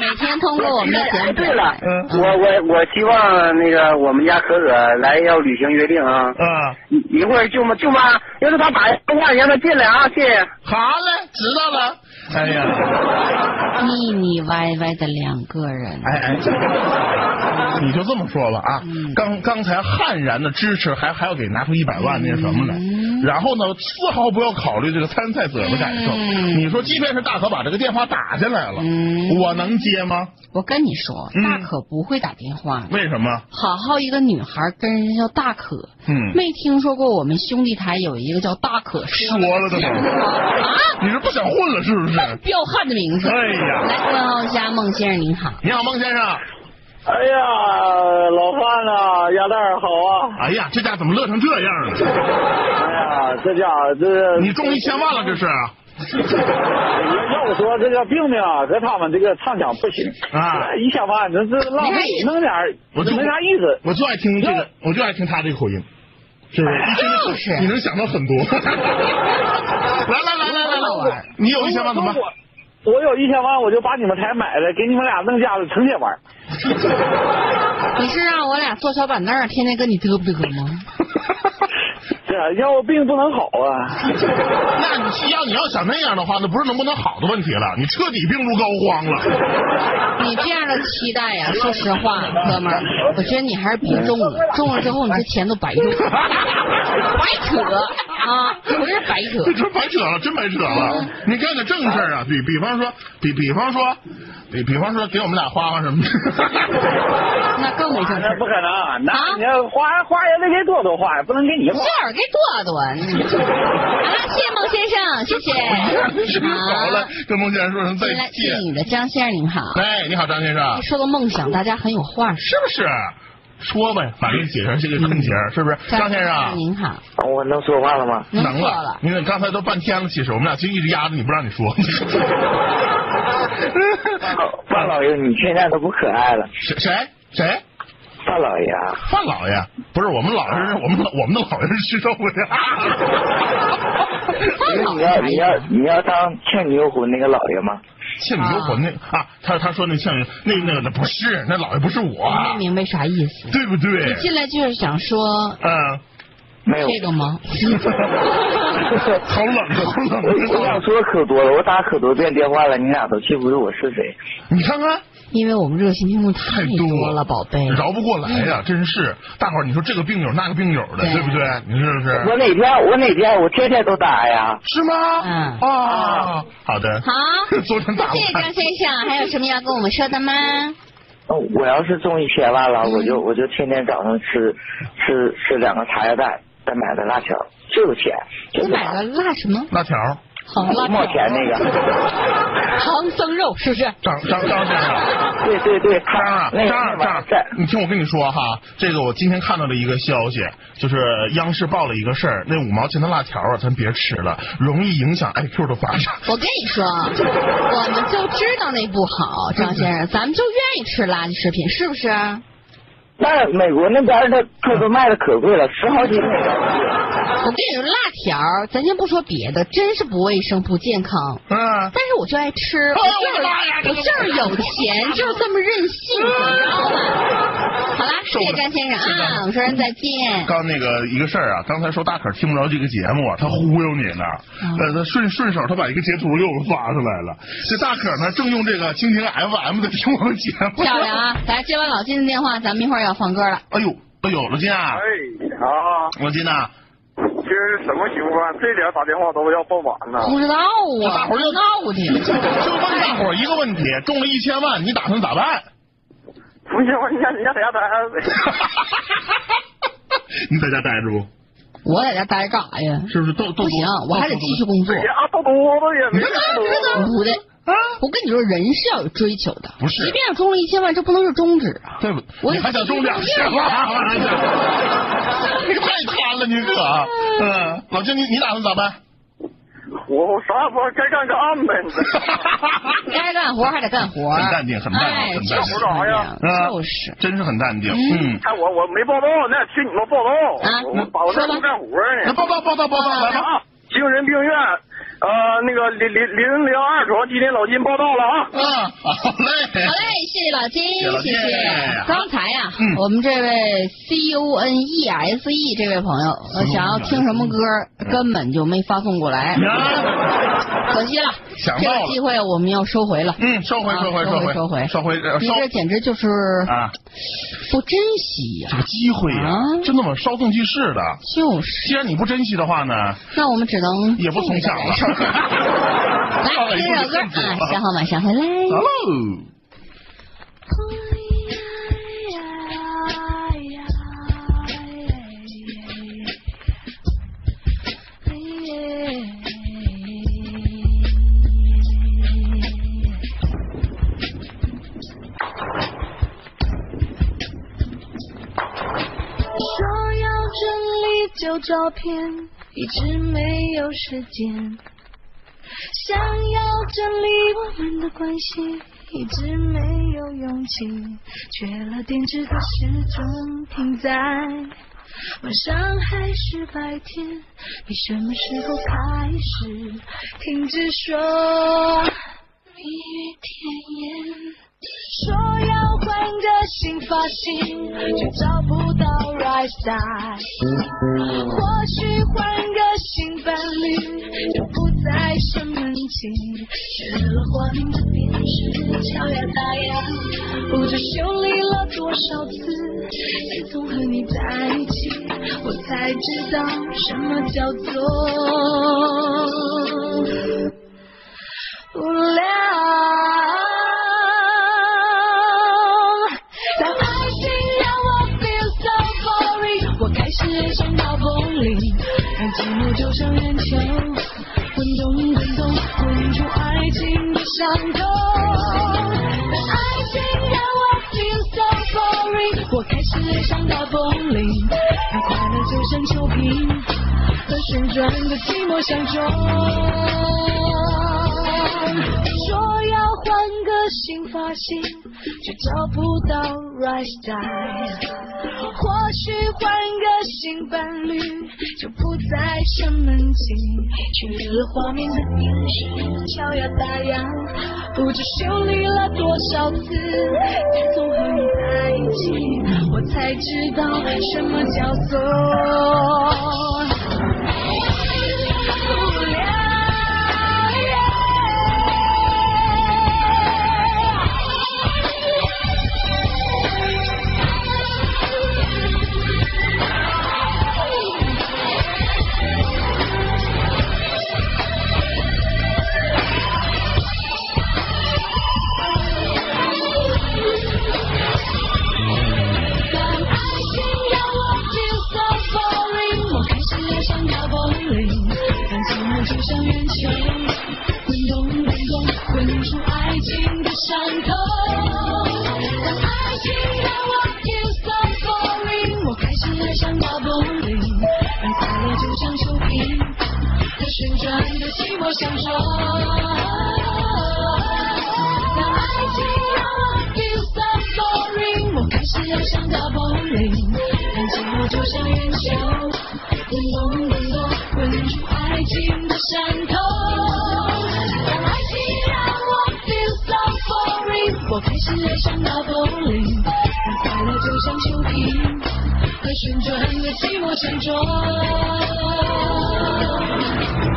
Speaker 4: 每天通过我们的节目。
Speaker 9: 哎对了，
Speaker 5: 嗯
Speaker 9: 我我我希望那个我们家可可来要履行约定啊，
Speaker 5: 啊，
Speaker 9: 一一会儿舅妈舅妈，要是他打电话，你让他进来啊，谢谢。
Speaker 5: 好嘞，知道了。哎呀，
Speaker 4: 腻腻歪歪的两个人。
Speaker 5: 哎 哎，你就这么说吧啊！
Speaker 4: 嗯
Speaker 5: 刚刚才悍然的支持，还还要给拿出一百万那什么来，
Speaker 4: 嗯
Speaker 5: 然后呢，丝毫不要考虑这个参赛者的感受。
Speaker 4: 嗯
Speaker 5: 你说，即便是大可把这个电话打进来了，
Speaker 4: 嗯
Speaker 5: 我能接吗？
Speaker 4: 我跟你说，
Speaker 5: 嗯
Speaker 4: 大可不会打电话。
Speaker 5: 为什么？
Speaker 4: 好好一个女孩跟人家叫大可，
Speaker 5: 嗯
Speaker 4: 没听说过我们兄弟台有一个叫大可是
Speaker 5: 说了的吗？
Speaker 4: 啊，
Speaker 5: 你是不想混了是不是？
Speaker 4: 彪悍的名字。
Speaker 5: 哎呀，
Speaker 4: 来问候一下孟先生，您好。
Speaker 5: 你好，孟先生。
Speaker 9: 哎呀，老范啊，鸭蛋好啊！
Speaker 5: 哎呀，这家怎么乐成这样了？
Speaker 9: 哎呀，这家伙这
Speaker 5: 你中一千万了，这是
Speaker 9: 要我说这个病病啊，和他们这个畅想不行
Speaker 5: 啊！
Speaker 9: 一千万，这这浪
Speaker 4: 费
Speaker 9: 弄点
Speaker 5: 我就没啥
Speaker 9: 意思。
Speaker 5: 我就爱听这个，我就爱听他这口音，是不是？
Speaker 4: 哎就是
Speaker 5: 你能想到很多。 来来来来来来，你有一千万怎么办？
Speaker 9: 我我有一千万，我就把你们台买了，给你们俩弄家了，成天 玩。
Speaker 4: 你是让我俩坐小板凳儿，天天跟你嘚不 嘚吗？
Speaker 9: 这要病不能好啊！
Speaker 5: 那你需要你要想那样的话，那不是能不能好的问题了，你彻底病入膏肓了。
Speaker 4: 你这样的期待呀、说实话，哥们儿，我觉得你还是别中了，中了之后你这钱 都白用了，白扯啊，不是白扯
Speaker 5: 这。真白扯了，真白扯了！你干点正事儿啊，比比方说，比比方说，比比方说，给我们俩花花什么的。
Speaker 4: 那更没正事
Speaker 9: 那
Speaker 4: 儿
Speaker 9: 不。可能，
Speaker 4: 啊
Speaker 9: 那你要花花也得给多多花，不能给你
Speaker 4: 这
Speaker 9: 花。
Speaker 4: 耳给朵朵，好了，谢谢孟先生， 谢谢。
Speaker 5: 好了
Speaker 4: 好，，
Speaker 5: 跟孟先生说声再
Speaker 4: 进来
Speaker 5: 见
Speaker 4: 谢。你的张先生您好。
Speaker 5: 哎，你好，张先生，
Speaker 4: 说到梦想，大家很有话说。
Speaker 5: 是不是？说呗，反正解释这个问题儿，
Speaker 4: 嗯
Speaker 5: 是不是？张先生，啊
Speaker 4: 您好，
Speaker 9: 我能说话 了吗？
Speaker 4: 您
Speaker 5: 能
Speaker 4: 说
Speaker 5: 了
Speaker 4: 了，，
Speaker 5: 你看刚才都半天了，其实我们俩就一直压着你不让你说。
Speaker 9: 范老爷，你现在都不可爱了。
Speaker 5: 谁谁谁？
Speaker 9: 范老爷啊，
Speaker 5: 范老爷？不是我们老人，我们老我们的老人是吃肉 的。
Speaker 4: 太好
Speaker 9: 你要
Speaker 4: 了
Speaker 9: 你要你要当倩女幽魂那个老爷吗？
Speaker 5: 倩女幽魂那啊，他他说那倩女那那那不是，那老爷不是
Speaker 4: 我没
Speaker 5: 我，
Speaker 4: 明白啥意思。
Speaker 5: 对不对？
Speaker 4: 进来就是想说
Speaker 5: 嗯。
Speaker 9: 没有，
Speaker 4: 这个吗？
Speaker 5: 好冷，好冷，
Speaker 9: 我我想说可多了，我打可多遍电话了，你俩都记不住我是谁。
Speaker 5: 你看看，
Speaker 4: 因为我们热心听众太
Speaker 5: 太多
Speaker 4: 多了，宝贝。
Speaker 5: 哎
Speaker 4: 嗯
Speaker 5: 饶不过来呀、真是。大伙儿，你说这个病友那个病友的，
Speaker 4: 对
Speaker 5: 对不对？你是不是？
Speaker 9: 我哪天我哪天我天天都打呀？
Speaker 5: 是吗？
Speaker 4: 嗯
Speaker 5: 啊，好的。
Speaker 4: 好
Speaker 5: 昨，天打完
Speaker 4: 那这个张先生还有什么要跟我们说的吗？
Speaker 9: 哦我要是中一千万了，我就我就天天早上吃吃吃两个茶叶蛋，再买个辣条，就有钱，就
Speaker 4: 你
Speaker 9: 是
Speaker 4: 买个辣什么？
Speaker 5: 辣条，
Speaker 4: 好辣
Speaker 9: 一毛钱那 个。
Speaker 4: 唐僧肉是不是？
Speaker 5: 张张张先生。
Speaker 9: 对对对，他
Speaker 5: 张啊，
Speaker 9: 那
Speaker 5: 张啊，
Speaker 9: 那
Speaker 5: 张
Speaker 9: 玩
Speaker 5: 啊
Speaker 9: 意在，
Speaker 5: 你听我跟你说哈，这个我今天看到了一个消息，就是央视报了一个事儿，那五毛钱的辣条啊，咱别吃了，容易影响 IQ 的发展。
Speaker 4: 我跟你说，我们就知道那不好，张先生，咱们就愿意吃垃圾食品，是不是？
Speaker 9: 那美国那边的可都卖的可贵了，十好几美元。
Speaker 4: 我跟你说，辣条儿，咱先不说别的，真是不卫生、不健康。
Speaker 5: 嗯，
Speaker 4: 但是我就爱吃，我就是我就是有钱，就是这么任性，怎么着吧？好啦，谢谢张先生啊，我们说声再见。
Speaker 5: 刚那个一个事儿啊，刚才说大可听不着这个节目啊，他忽悠你呢。
Speaker 4: 嗯
Speaker 5: 呃，他顺顺手他把一个截图又发出来了。这大可呢，正用这个蜻蜓 FM 在听我们节目。
Speaker 4: 漂亮！啊！来接完老金的电话，咱们一会儿要放歌了。
Speaker 5: 哎呦，哎呦，老金啊
Speaker 6: 哎，，啊，
Speaker 5: 老金呐，
Speaker 6: 今儿什么情况？这点打电话都要爆满呢。
Speaker 4: 不知道啊，
Speaker 5: 大伙
Speaker 4: 不
Speaker 5: 儿
Speaker 4: 知
Speaker 5: 就
Speaker 4: 道你。
Speaker 5: 就问大伙儿一个问题：中了一千万，你打算咋办？
Speaker 6: 不行，我让你让在家待
Speaker 5: 你在家待着不？
Speaker 4: 我在家待着干啥呀？
Speaker 5: 是不是斗斗
Speaker 4: 不行，我还得继续工作。
Speaker 6: 也啊，都多了也
Speaker 5: 你
Speaker 6: 没
Speaker 5: 看
Speaker 6: 多。
Speaker 4: 不对，我跟你说，人是要有追求的，
Speaker 5: 不是
Speaker 4: 即便是中了一千万，这不能是终止啊。
Speaker 5: 对不？
Speaker 4: 我
Speaker 5: 你还想中点钱吗？你太贪了，你可。嗯，老金，你你打算咋办？
Speaker 6: 我啥也不知道该干干 呗。
Speaker 4: 该干活还得干活，
Speaker 5: 很淡定很淡定
Speaker 4: 哎，
Speaker 5: 很
Speaker 4: 就
Speaker 5: 淡定
Speaker 4: 是这样，
Speaker 5: 啊
Speaker 4: 就是。
Speaker 5: 真是很淡定。嗯，
Speaker 6: 看哎我我没报道，那听你们报
Speaker 4: 啊
Speaker 6: 道，我把我
Speaker 4: 说
Speaker 6: 这
Speaker 4: 吧
Speaker 6: 不干活
Speaker 5: 那
Speaker 6: 呢。
Speaker 5: 报道报道报道来吧。
Speaker 6: 啊，精神病院，呃，那个零零零零二床，今天老金报道了啊。
Speaker 5: 啊，好嘞
Speaker 4: 好。嘞，谢谢老金，
Speaker 5: 谢老
Speaker 4: 谢
Speaker 5: 金哎
Speaker 4: 谢。刚才呀
Speaker 5: 嗯，
Speaker 4: 我们这位 C U N E S E 这位朋友，呃想要听什
Speaker 5: 嗯
Speaker 4: 么歌，根本就没发送过来，
Speaker 5: 呀，
Speaker 4: 可惜了。
Speaker 5: 想
Speaker 4: 这
Speaker 5: 到
Speaker 4: 个
Speaker 5: 了
Speaker 4: 机会我们要收回了。
Speaker 5: 嗯，收回
Speaker 4: 啊
Speaker 5: 收回
Speaker 4: 收回
Speaker 5: 收回
Speaker 4: 收
Speaker 5: 回呃
Speaker 4: 你
Speaker 5: 收
Speaker 4: 这简直就是
Speaker 5: 啊，
Speaker 4: 不珍惜呀
Speaker 5: 这、个机会呀
Speaker 4: 啊，
Speaker 5: 真的吗？稍纵即逝的。
Speaker 4: 就是。
Speaker 5: 既然你不珍惜的话呢，
Speaker 4: 那我们只能
Speaker 5: 也不从下了
Speaker 4: 来，。来，听首歌啊，稍后马上回来。
Speaker 5: 哦，
Speaker 7: 说要整理旧照片，一直没有时间。想要整理我们的关系，一直没有勇气。缺了电池的时钟停在晚上还是白天？你什么时候开始停止说蜜语甜言？说要换个新发型，却找不到 right size。或许换个新伴侣，就不再生闷气。吃了花瓶的电视，敲呀打呀，不知修理了多少次。自从和你在一起，我才知道什么叫做。无聊。当爱情让我 feel so boring，我开始感到风铃，让寂寞就像圆球，滚动滚动，滚出爱情的伤痛。当爱情让我 feel so boring，我开始感到风铃，让快乐就像球瓶，和旋转的寂寞相撞。说要换个新发型，却找不到 right style。或许换个新伴侣，就不再生闷气。去了画面的电视，敲呀打呀，不知修理了多少次。自从和你在一起，我才知道什么叫做。爱情让我 feel so 想说，那爱情让我 feel so boring，我开始爱上打 bowling，感情我就像圆球，滚动滚动，滚出爱情的山头。那爱情让我 feel so boring，我开始爱上打 bowling，那快乐就像球瓶，在旋转的寂寞沉着。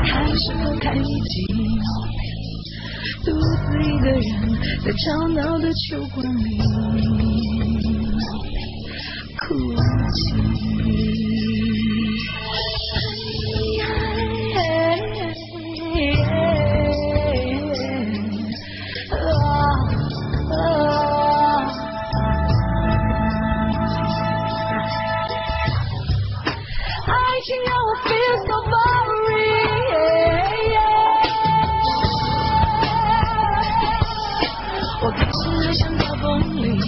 Speaker 7: 还是不太理解，独自一个人在吵闹的秋光里哭泣。爱情让我 feel so boring。我开始爱上暴风里，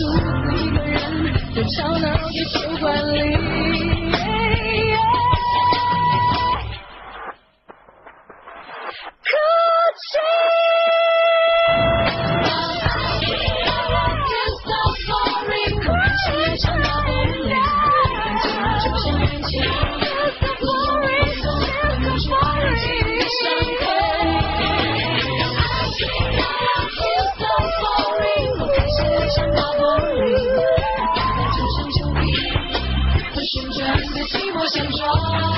Speaker 7: 独自一个人在吵闹的酒馆里。哭泣。旋转在寂寞山庄。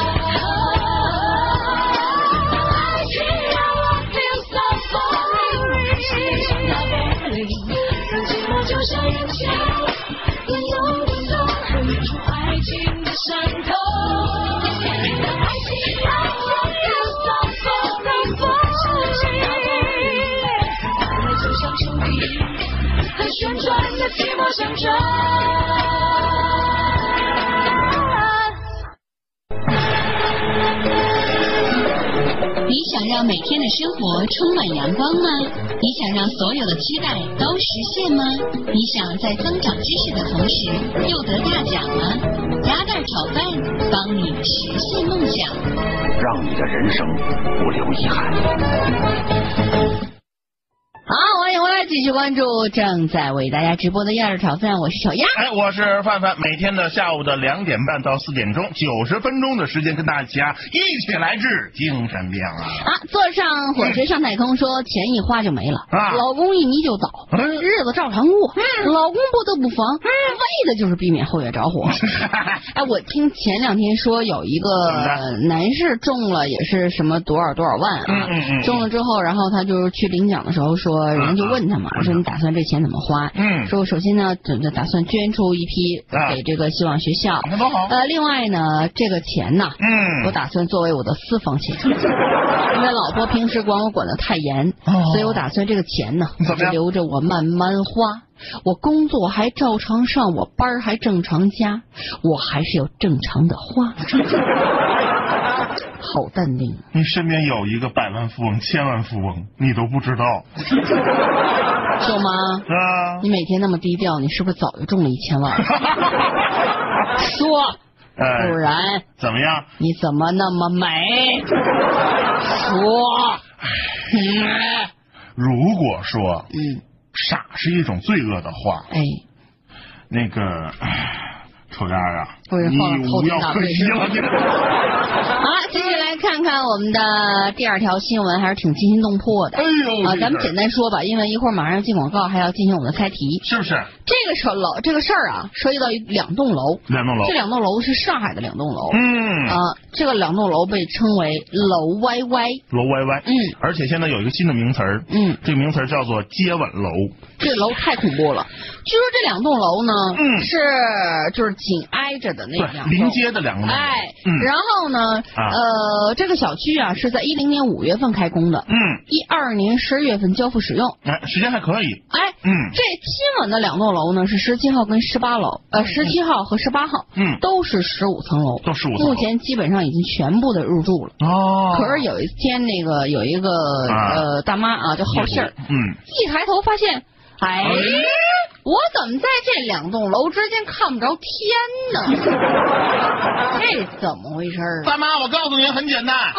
Speaker 7: I can't feel so boring，是像那 bowling，让寂寞就像圆球，滚动滚动，滚出爱情的山头。让爱情让我 feel so boring，是像那 bowling，快乐就像球瓶，在旋转在寂寞山庄。
Speaker 4: 你想让每天的生活充满阳光吗？你想让所有的期待都实现吗？你想在增长知识的同时又得大奖吗？鸭蛋炒饭帮你实现梦想。
Speaker 10: 让你的人生不留遗憾。
Speaker 4: 好，欢迎回来，继续关注正在为大家直播的鸭蛋炒饭，我是小鸭。
Speaker 5: 哎，我是范范，每天的下午的两点半到四点钟，九十分钟的时间跟大家一起来治精神病啊！
Speaker 4: 啊，坐上火车上太空说钱一花就没了，
Speaker 5: 啊
Speaker 4: 老公一迷就倒，
Speaker 5: 嗯
Speaker 4: 日子照常过，老公不得不防，为的就是避免后院着 火。哎，我听前两天说有一
Speaker 5: 怎
Speaker 4: 个男士中了，也是什么多少多少万啊，
Speaker 5: 嗯嗯嗯
Speaker 4: 中了之后，然后他就是去领奖的时候说，人家就问他嘛，说你打算这钱怎么花？
Speaker 5: 嗯
Speaker 4: 说我首先呢，准备打算捐出一批
Speaker 5: 啊
Speaker 4: 给这个希望学校，
Speaker 5: 那多好，
Speaker 4: 呃，另外呢，这个钱呢，我
Speaker 5: 嗯，
Speaker 4: 打算作为我的私房钱， 因为老婆平时管我管得太严，
Speaker 5: 哦
Speaker 4: 所以我打算这个钱呢，
Speaker 5: 怎么样
Speaker 4: 留着我慢慢花。我工作还照常上，我班儿还正常加，我还是要正常的花。 好淡定，
Speaker 5: 你身边有一个百万富翁、千万富翁，你都不知道
Speaker 4: 舅妈，
Speaker 5: 啊
Speaker 4: 你？每天那么低调，你是不是早就中了一 千万？说，
Speaker 5: 哎
Speaker 4: 不，然
Speaker 5: 怎么样？
Speaker 4: 你怎么那么美？说，
Speaker 5: 如果说
Speaker 4: 嗯，
Speaker 5: 傻是一种罪恶的话，
Speaker 4: 哎，
Speaker 5: 那个唉臭丫儿啊，
Speaker 4: 不是
Speaker 5: 你
Speaker 4: 放了后
Speaker 5: 无
Speaker 4: 天
Speaker 5: 药
Speaker 4: 打
Speaker 5: 可
Speaker 4: 退
Speaker 5: 医
Speaker 4: 是
Speaker 5: 了
Speaker 4: 吧
Speaker 5: 你。
Speaker 4: 好了，继续来看看我们的第二条新闻，还是挺惊心动魄的
Speaker 5: 哎呦，
Speaker 4: 啊。
Speaker 5: 这
Speaker 4: 咱们
Speaker 5: 事儿
Speaker 4: 简单说吧，因为一会儿马上要进广告，还要进行我们的猜题。
Speaker 5: 是不是
Speaker 4: 这个事儿楼，这个事儿啊，涉及到一两栋楼，
Speaker 5: 两栋楼
Speaker 4: 这？两栋楼是上海的两栋楼
Speaker 5: 嗯，
Speaker 4: 啊。这个两栋楼被称为楼 YY，
Speaker 5: 楼歪歪。
Speaker 4: 嗯
Speaker 5: 而且现在有一个新的名词儿，
Speaker 4: 嗯，
Speaker 5: 这个名词儿叫做接吻楼。
Speaker 4: 这楼太恐怖了。据说这两栋楼呢，
Speaker 5: 嗯
Speaker 4: 是就是紧挨着的那
Speaker 5: 对
Speaker 4: 两，栋
Speaker 5: 临街的两个门。
Speaker 4: 哎，
Speaker 5: 嗯
Speaker 4: 然后呢，
Speaker 5: 啊
Speaker 4: 呃，这个小区啊是在一零年五月份开工的，
Speaker 5: 嗯，
Speaker 4: 一二年十月份交付使用。
Speaker 5: 哎，时间还可以。
Speaker 4: 哎，
Speaker 5: 嗯
Speaker 4: 这亲吻的两栋楼呢是十七号跟十八楼，呃，十七号和十八号，
Speaker 5: 嗯
Speaker 4: 都是十五层楼，
Speaker 5: 都15层楼
Speaker 4: 目前基本上已经全部的入住了。
Speaker 5: 哦
Speaker 4: 可是有一天那个有一个
Speaker 5: 啊
Speaker 4: 呃大妈啊就好信儿，
Speaker 5: 嗯，
Speaker 4: 一抬头发现，哎
Speaker 5: 哎，
Speaker 4: 我怎么在这两栋楼之间看不着天 呢？这怎么回事儿啊？
Speaker 5: 大妈，我告诉您很简单，
Speaker 4: 啊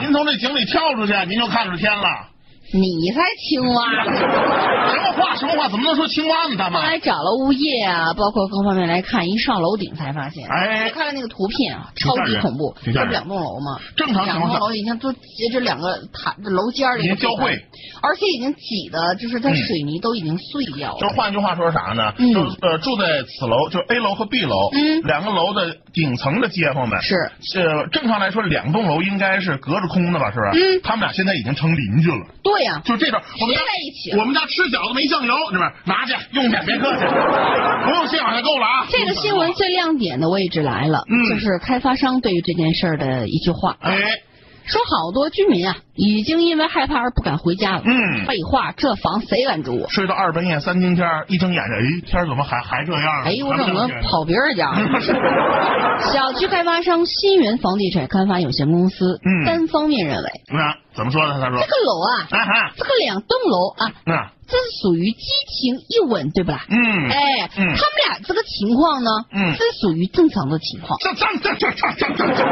Speaker 5: 您从这井里跳出去，您就看着天了。
Speaker 4: 你才青蛙呢！
Speaker 5: 什么话什么话，怎么能说青蛙呢？大
Speaker 4: 后
Speaker 5: 妈，
Speaker 4: 来找了物业啊，包括各方面来看，一上楼顶才发现。
Speaker 5: 哎
Speaker 4: 我看了那个图片啊，
Speaker 5: 挺
Speaker 4: 超
Speaker 5: 吓人
Speaker 4: 级恐怖，
Speaker 5: 挺
Speaker 4: 就
Speaker 5: 吓人
Speaker 4: 两栋楼嘛。
Speaker 5: 正常情
Speaker 4: 两
Speaker 5: 况
Speaker 4: 栋
Speaker 5: 下
Speaker 4: 楼，你看都这这两个塔这楼尖儿
Speaker 5: 已经交汇，
Speaker 4: 而且已经挤的，就是它
Speaker 5: 嗯
Speaker 4: 水泥都已经碎掉了。
Speaker 5: 就是换句话说是啥呢？
Speaker 4: 嗯
Speaker 5: 就是呃住在此楼，就是 A 楼和 B 楼，
Speaker 4: 嗯
Speaker 5: 两个楼的顶层的街坊们
Speaker 4: 是
Speaker 5: 呃，正常来说两栋楼应该是隔着空的吧，是不是？
Speaker 4: 嗯
Speaker 5: 他们俩现在已经成邻居了，
Speaker 4: 对啊呀、
Speaker 5: 就这种我们家
Speaker 4: 贴在一起了
Speaker 5: 我们家吃饺子没酱油，是不是？拿去用去，别客 气，不用谢往下够了啊。
Speaker 4: 这个新闻最亮点的位置来了，
Speaker 5: 嗯
Speaker 4: 就是开发商对于这件事儿的一句话，
Speaker 5: 哎，
Speaker 4: 说好多居民啊，已经因为害怕而不敢回家了。
Speaker 5: 嗯
Speaker 4: 废话，这房谁敢住？啊
Speaker 5: 睡到二半夜三更天儿，一睁眼哎，天儿怎么还还这样呢？
Speaker 4: 哎呦，我
Speaker 5: 咱
Speaker 4: 怎
Speaker 5: 们
Speaker 4: 么
Speaker 5: 这么 觉得
Speaker 4: 跑别啊人家了？小区开发商新源房地产开发有限公司、
Speaker 5: 嗯
Speaker 4: 单方面认为，
Speaker 5: 那怎么说呢？他 说
Speaker 4: 这，个楼啊，
Speaker 5: 哎哈，
Speaker 4: 这个两栋楼啊，
Speaker 5: 那
Speaker 4: 这是属于激情一吻，对不啦？
Speaker 5: 嗯，
Speaker 4: 哎，
Speaker 5: 嗯
Speaker 4: 他们俩这个情况呢，
Speaker 5: 嗯
Speaker 4: 这属于正常的情况，
Speaker 5: 这这这这这这这这。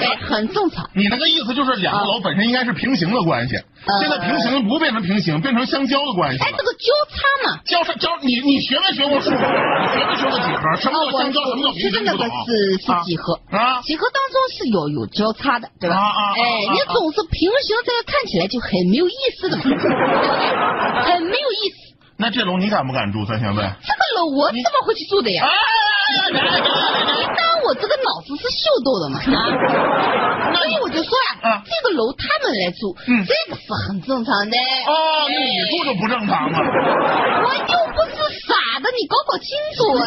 Speaker 4: 哎，很正常。
Speaker 5: 你那个意思就是两个楼本身应该是平行的关系，
Speaker 4: 呃
Speaker 5: 现在平行不变成平行，变成相交的关系
Speaker 4: 哎，
Speaker 5: 了
Speaker 4: 这。个交叉嘛，
Speaker 5: 交叉交，你你学没学过数学？你学没学过几何？什么叫相交？什么叫
Speaker 4: 是
Speaker 5: 平
Speaker 4: 的
Speaker 5: 行？
Speaker 4: 那
Speaker 5: 不
Speaker 4: 个
Speaker 5: 懂
Speaker 4: 是是几何，
Speaker 5: 啊？
Speaker 4: 几何当中是有有交叉的，对吧？
Speaker 5: 啊啊啊啊
Speaker 4: 哎，你总是平行，这个看起来就很没有意 思的嘛，很没有意思。
Speaker 5: 那这楼你敢不敢住？咱先问。哎
Speaker 4: 这个楼我怎么会去住的呀？ 当然我这个脑子是秀逗的嘛，啊，所以我就说呀
Speaker 5: 啊，
Speaker 4: 这个楼他们来住，
Speaker 5: 嗯
Speaker 4: 这个是很正常的。
Speaker 5: 哦，那你住就不正常了。
Speaker 4: 我又不是傻的，你搞搞清楚 哎。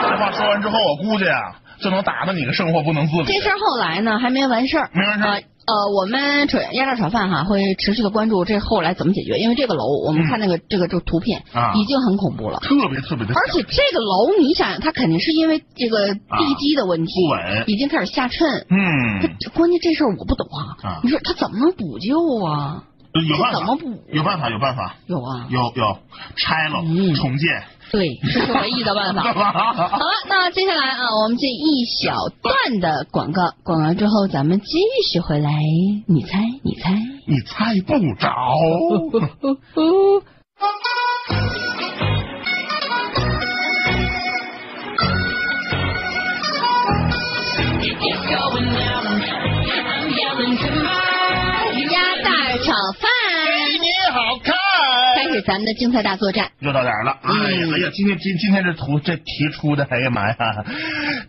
Speaker 5: 这话说完之后，我估计啊，就能打得你个生活不能自理。
Speaker 4: 这事儿后来呢还没完事儿，
Speaker 5: 没完事儿
Speaker 4: 呃呃，我们扯鸭蛋炒饭哈会持续的关注这后来怎么解决，因为这个楼我们
Speaker 5: 嗯
Speaker 4: 看那个、这个这个图片、
Speaker 5: 啊
Speaker 4: 已经很恐怖了。
Speaker 5: 特别特别的小，
Speaker 4: 而且这个楼，你想，它肯定是因为这个地基的问题，
Speaker 5: 不稳
Speaker 4: 已经开始下沉。
Speaker 5: 嗯，
Speaker 4: 它关键这事儿我不懂啊！
Speaker 5: 啊
Speaker 4: 你说它怎么能补救啊？
Speaker 5: 有办
Speaker 4: 这
Speaker 5: 法
Speaker 4: 怎么补，
Speaker 5: 有办法，有办法，
Speaker 4: 有啊，
Speaker 5: 有有拆了
Speaker 4: 嗯
Speaker 5: 重 建，
Speaker 4: 对，这是唯一 的办法。好了，那接下来啊，我们这一小段的广告，广告之后咱们继续回来，你猜，你猜。
Speaker 5: 你猜不着。
Speaker 3: It's going down. I'm yelling timber. You
Speaker 4: 鸭蛋炒饭，
Speaker 5: 你好看。
Speaker 4: 开始咱们的精彩大作战。
Speaker 5: 又到点儿了，哎呀，
Speaker 4: 嗯
Speaker 5: 哎呀，今天今今天这图这题出的，哎呀妈呀，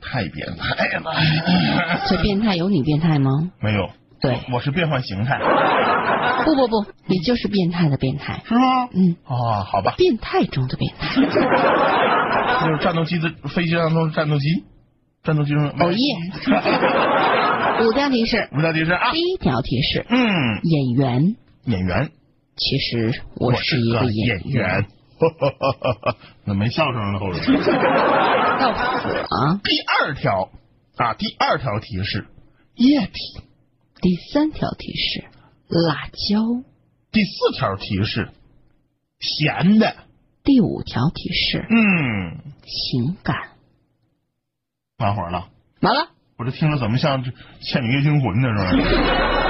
Speaker 5: 太变态了！
Speaker 4: 这变态有你变态吗？
Speaker 5: 没有，
Speaker 4: 对，
Speaker 5: 我是变换形态，
Speaker 4: 不不不，你就是变态的变态，
Speaker 5: 是吗？
Speaker 4: 嗯，
Speaker 5: 哦，好吧，
Speaker 4: 变态中的变态。
Speaker 5: 就是战斗机的飞机当中战斗机，战斗机中
Speaker 4: 哦耶！五条提示，
Speaker 5: 五道题是啊，
Speaker 4: 第一条提示，
Speaker 5: 嗯，
Speaker 4: 演员，
Speaker 5: 演员，
Speaker 4: 其实我是一
Speaker 5: 个
Speaker 4: 个
Speaker 5: 演
Speaker 4: 演员，。
Speaker 5: 那没笑声了，后头。
Speaker 4: 要死啊！
Speaker 5: 第二条啊，第二条提示液体，
Speaker 4: 第三条提示，辣椒。
Speaker 5: 第四条提示甜的，
Speaker 4: 第五条提示，
Speaker 5: 嗯，
Speaker 4: 情感。
Speaker 5: 完活了。
Speaker 4: 完了，
Speaker 5: 我这听着怎么像这《倩女幽惊魂》呢？是吧？
Speaker 4: 一股子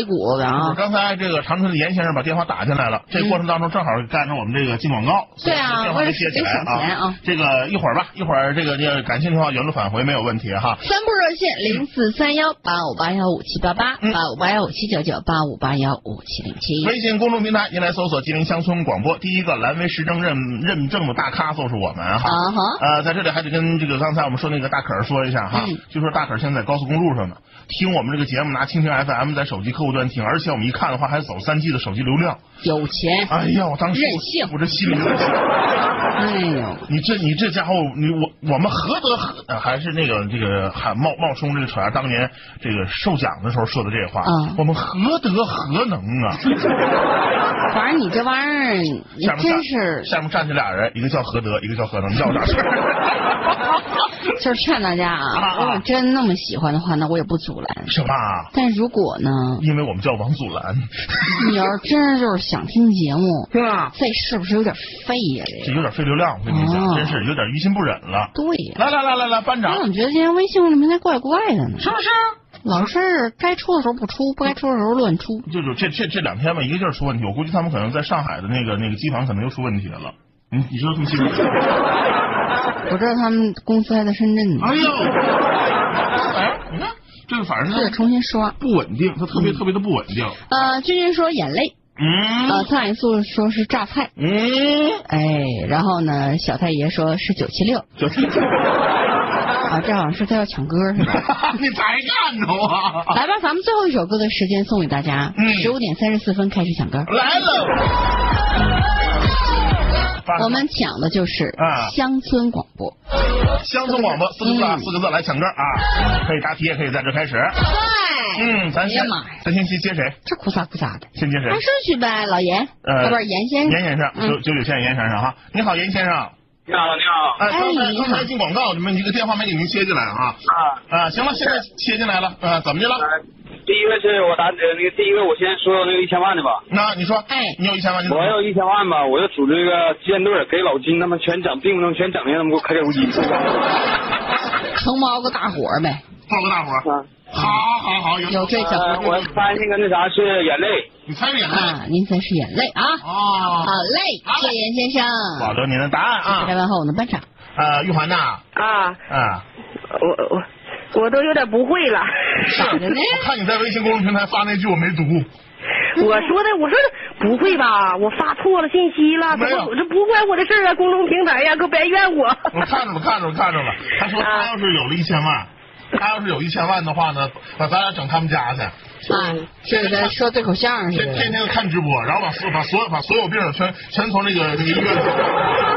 Speaker 4: 一股子
Speaker 5: 我
Speaker 4: 啊！嗯
Speaker 5: 刚才这个长春的严先生把电话打进来了，这过程当中正好干着我们这个进广告，所以
Speaker 4: 对啊
Speaker 5: 这电话就接起来
Speaker 4: 我也是得省钱
Speaker 5: 啊
Speaker 4: 啊。
Speaker 5: 这个一会儿吧，一会儿这个这个感兴趣的话原路返回没有问题哈。
Speaker 4: 三部热线零四三幺八五八幺五七八八
Speaker 5: 嗯
Speaker 4: 八五八幺五七九九八五八幺五七零七。
Speaker 5: 微信公众平台，您来搜索“吉林乡村广播”，第一个蓝为实证认认证的大咖就是我们哈。
Speaker 4: 啊哈！
Speaker 5: 呃，在这里还得跟这个刚才我们说那个大可儿说一下哈，
Speaker 4: 嗯
Speaker 5: 就说大可儿现在在高速公路上呢，听我们这个节目拿蜻蜓 FM 在手机客户端听，而且我们一看的话还走三 G 的手机流量，
Speaker 4: 有钱，
Speaker 5: 哎呀，我当时
Speaker 4: 任性
Speaker 5: 我我这心里有点想，
Speaker 4: 哎呦，
Speaker 5: 你这你这家伙，你我我们何德何呃还是那个这个还冒冒充这个丑丫当年这个授奖的时候说的这话，
Speaker 4: 嗯
Speaker 5: 我们何德何能啊？
Speaker 4: 反正你这玩意儿， 你
Speaker 5: 下面
Speaker 4: 真
Speaker 5: 站
Speaker 4: 是
Speaker 5: 下面站起俩人，一个叫何德，一个叫何能，你叫我啥事儿？
Speaker 4: 就是劝大家啊，如
Speaker 5: 啊
Speaker 4: 果真那么喜欢的话，那我也不阻拦。
Speaker 5: 什么？
Speaker 4: 但如果 呢，
Speaker 5: 因为我们叫王祖蓝，
Speaker 4: 你要是真是就是想听节目，
Speaker 5: 对吧？
Speaker 4: 这是嗯不是有点废呀、这
Speaker 5: 这
Speaker 4: 个
Speaker 5: 有点费流量，我跟你讲，
Speaker 4: 哦
Speaker 5: 真是有点于心不忍了。
Speaker 4: 对呀、
Speaker 5: 来来来来来，班
Speaker 4: 我
Speaker 5: 长
Speaker 4: 怎，么觉得今天微信公众平台怪怪的呢？
Speaker 5: 是不是？
Speaker 4: 老是该出的时候不出，不该出的时候乱出。
Speaker 5: 就就这这这两天吧，一个劲儿出问题，我估计他们可能在上海的那个那个机房可能又出问题了。你你说他们机房？
Speaker 4: 我知道他们公司还在深圳呢，
Speaker 5: 哎呦，哎，你看这个反正
Speaker 4: 这得
Speaker 5: 是
Speaker 4: 重新刷。
Speaker 5: 不稳定，它特别特别的不稳定。
Speaker 4: 呃，君君说眼泪，呃，
Speaker 5: 嗯
Speaker 4: 苍井素说是榨菜，
Speaker 5: 嗯，
Speaker 4: 哎，然后呢，小太爷说是九七六
Speaker 5: 就是，
Speaker 4: 啊，这好像是他要抢歌是吧？
Speaker 5: 你才干头 啊！
Speaker 4: 来吧，咱们最后一首歌的时间送给大家
Speaker 5: 嗯，
Speaker 4: 十五点三十四分开始抢歌。
Speaker 5: 来了，嗯
Speaker 4: 我们抢的就是
Speaker 5: 啊
Speaker 4: 乡村广播。
Speaker 5: 乡村广播四个字啊，
Speaker 4: 嗯
Speaker 5: 四个字来抢歌啊！可以答题，也可以在这开始。
Speaker 4: 对，
Speaker 5: 嗯，咱
Speaker 4: 哎
Speaker 5: 先
Speaker 4: 呀妈呀，
Speaker 5: 咱先接接谁？
Speaker 4: 这哭啥哭啥的，
Speaker 5: 先接谁
Speaker 4: 按？顺序呗，老严，
Speaker 5: 呃
Speaker 4: 要不然严先
Speaker 5: 严
Speaker 4: 生。
Speaker 5: 先生，
Speaker 4: 嗯
Speaker 5: 九九九县严先生哈，你好，严先生。
Speaker 6: 你好，你好
Speaker 5: 哎，刚才
Speaker 4: 哎
Speaker 5: 刚才进广告，你们一个电话没给您切进来啊？
Speaker 6: 啊。
Speaker 5: 啊，行了，现在切进来了，啊，怎么的了？
Speaker 6: 呃，第一个是我答呃那个第一个，我先说那个一千万的吧。
Speaker 5: 那你说，
Speaker 4: 哎
Speaker 5: 你有一千万就
Speaker 6: 我要一千万吧，我就组织个志愿队，给老金他们全整，并不能全整的，他们给我开开无机。
Speaker 4: 承包个大活儿呗，
Speaker 5: 报个大伙儿。
Speaker 6: 啊，
Speaker 5: 好好好，有
Speaker 4: 有这小
Speaker 6: 呃，我猜那个那啥是眼泪。
Speaker 5: 你猜眼了
Speaker 4: 啊，您才是眼泪啊，
Speaker 5: 啊
Speaker 4: 好？嗯嘞，谢谢严先生。
Speaker 5: 保留您的答案
Speaker 4: 大家
Speaker 5: 啊，
Speaker 4: 问候我们班长，
Speaker 5: 呃，玉环呐，
Speaker 11: 啊，
Speaker 5: 啊，
Speaker 11: 我我我都有点不会了。
Speaker 4: 咋的 呢？
Speaker 5: 我看你在微信公众平台发那句我没读，
Speaker 11: 我说的，我说的不会吧？我发错了信息了，
Speaker 5: 没
Speaker 11: 怎
Speaker 5: 有
Speaker 11: 么这啊不关我的事儿啊？公众平台呀、可别怨我。啊
Speaker 5: 我看着了，看着了，看着 了。他说他要是有了一千万，他要是有一千万的话呢，把咱俩整他们家去。
Speaker 4: 啊，这个跟说对口相
Speaker 5: 天
Speaker 4: 声
Speaker 5: 天
Speaker 4: 似的。
Speaker 5: 天看直播，然后把所把所有把所有病全全从那个那个医院 里。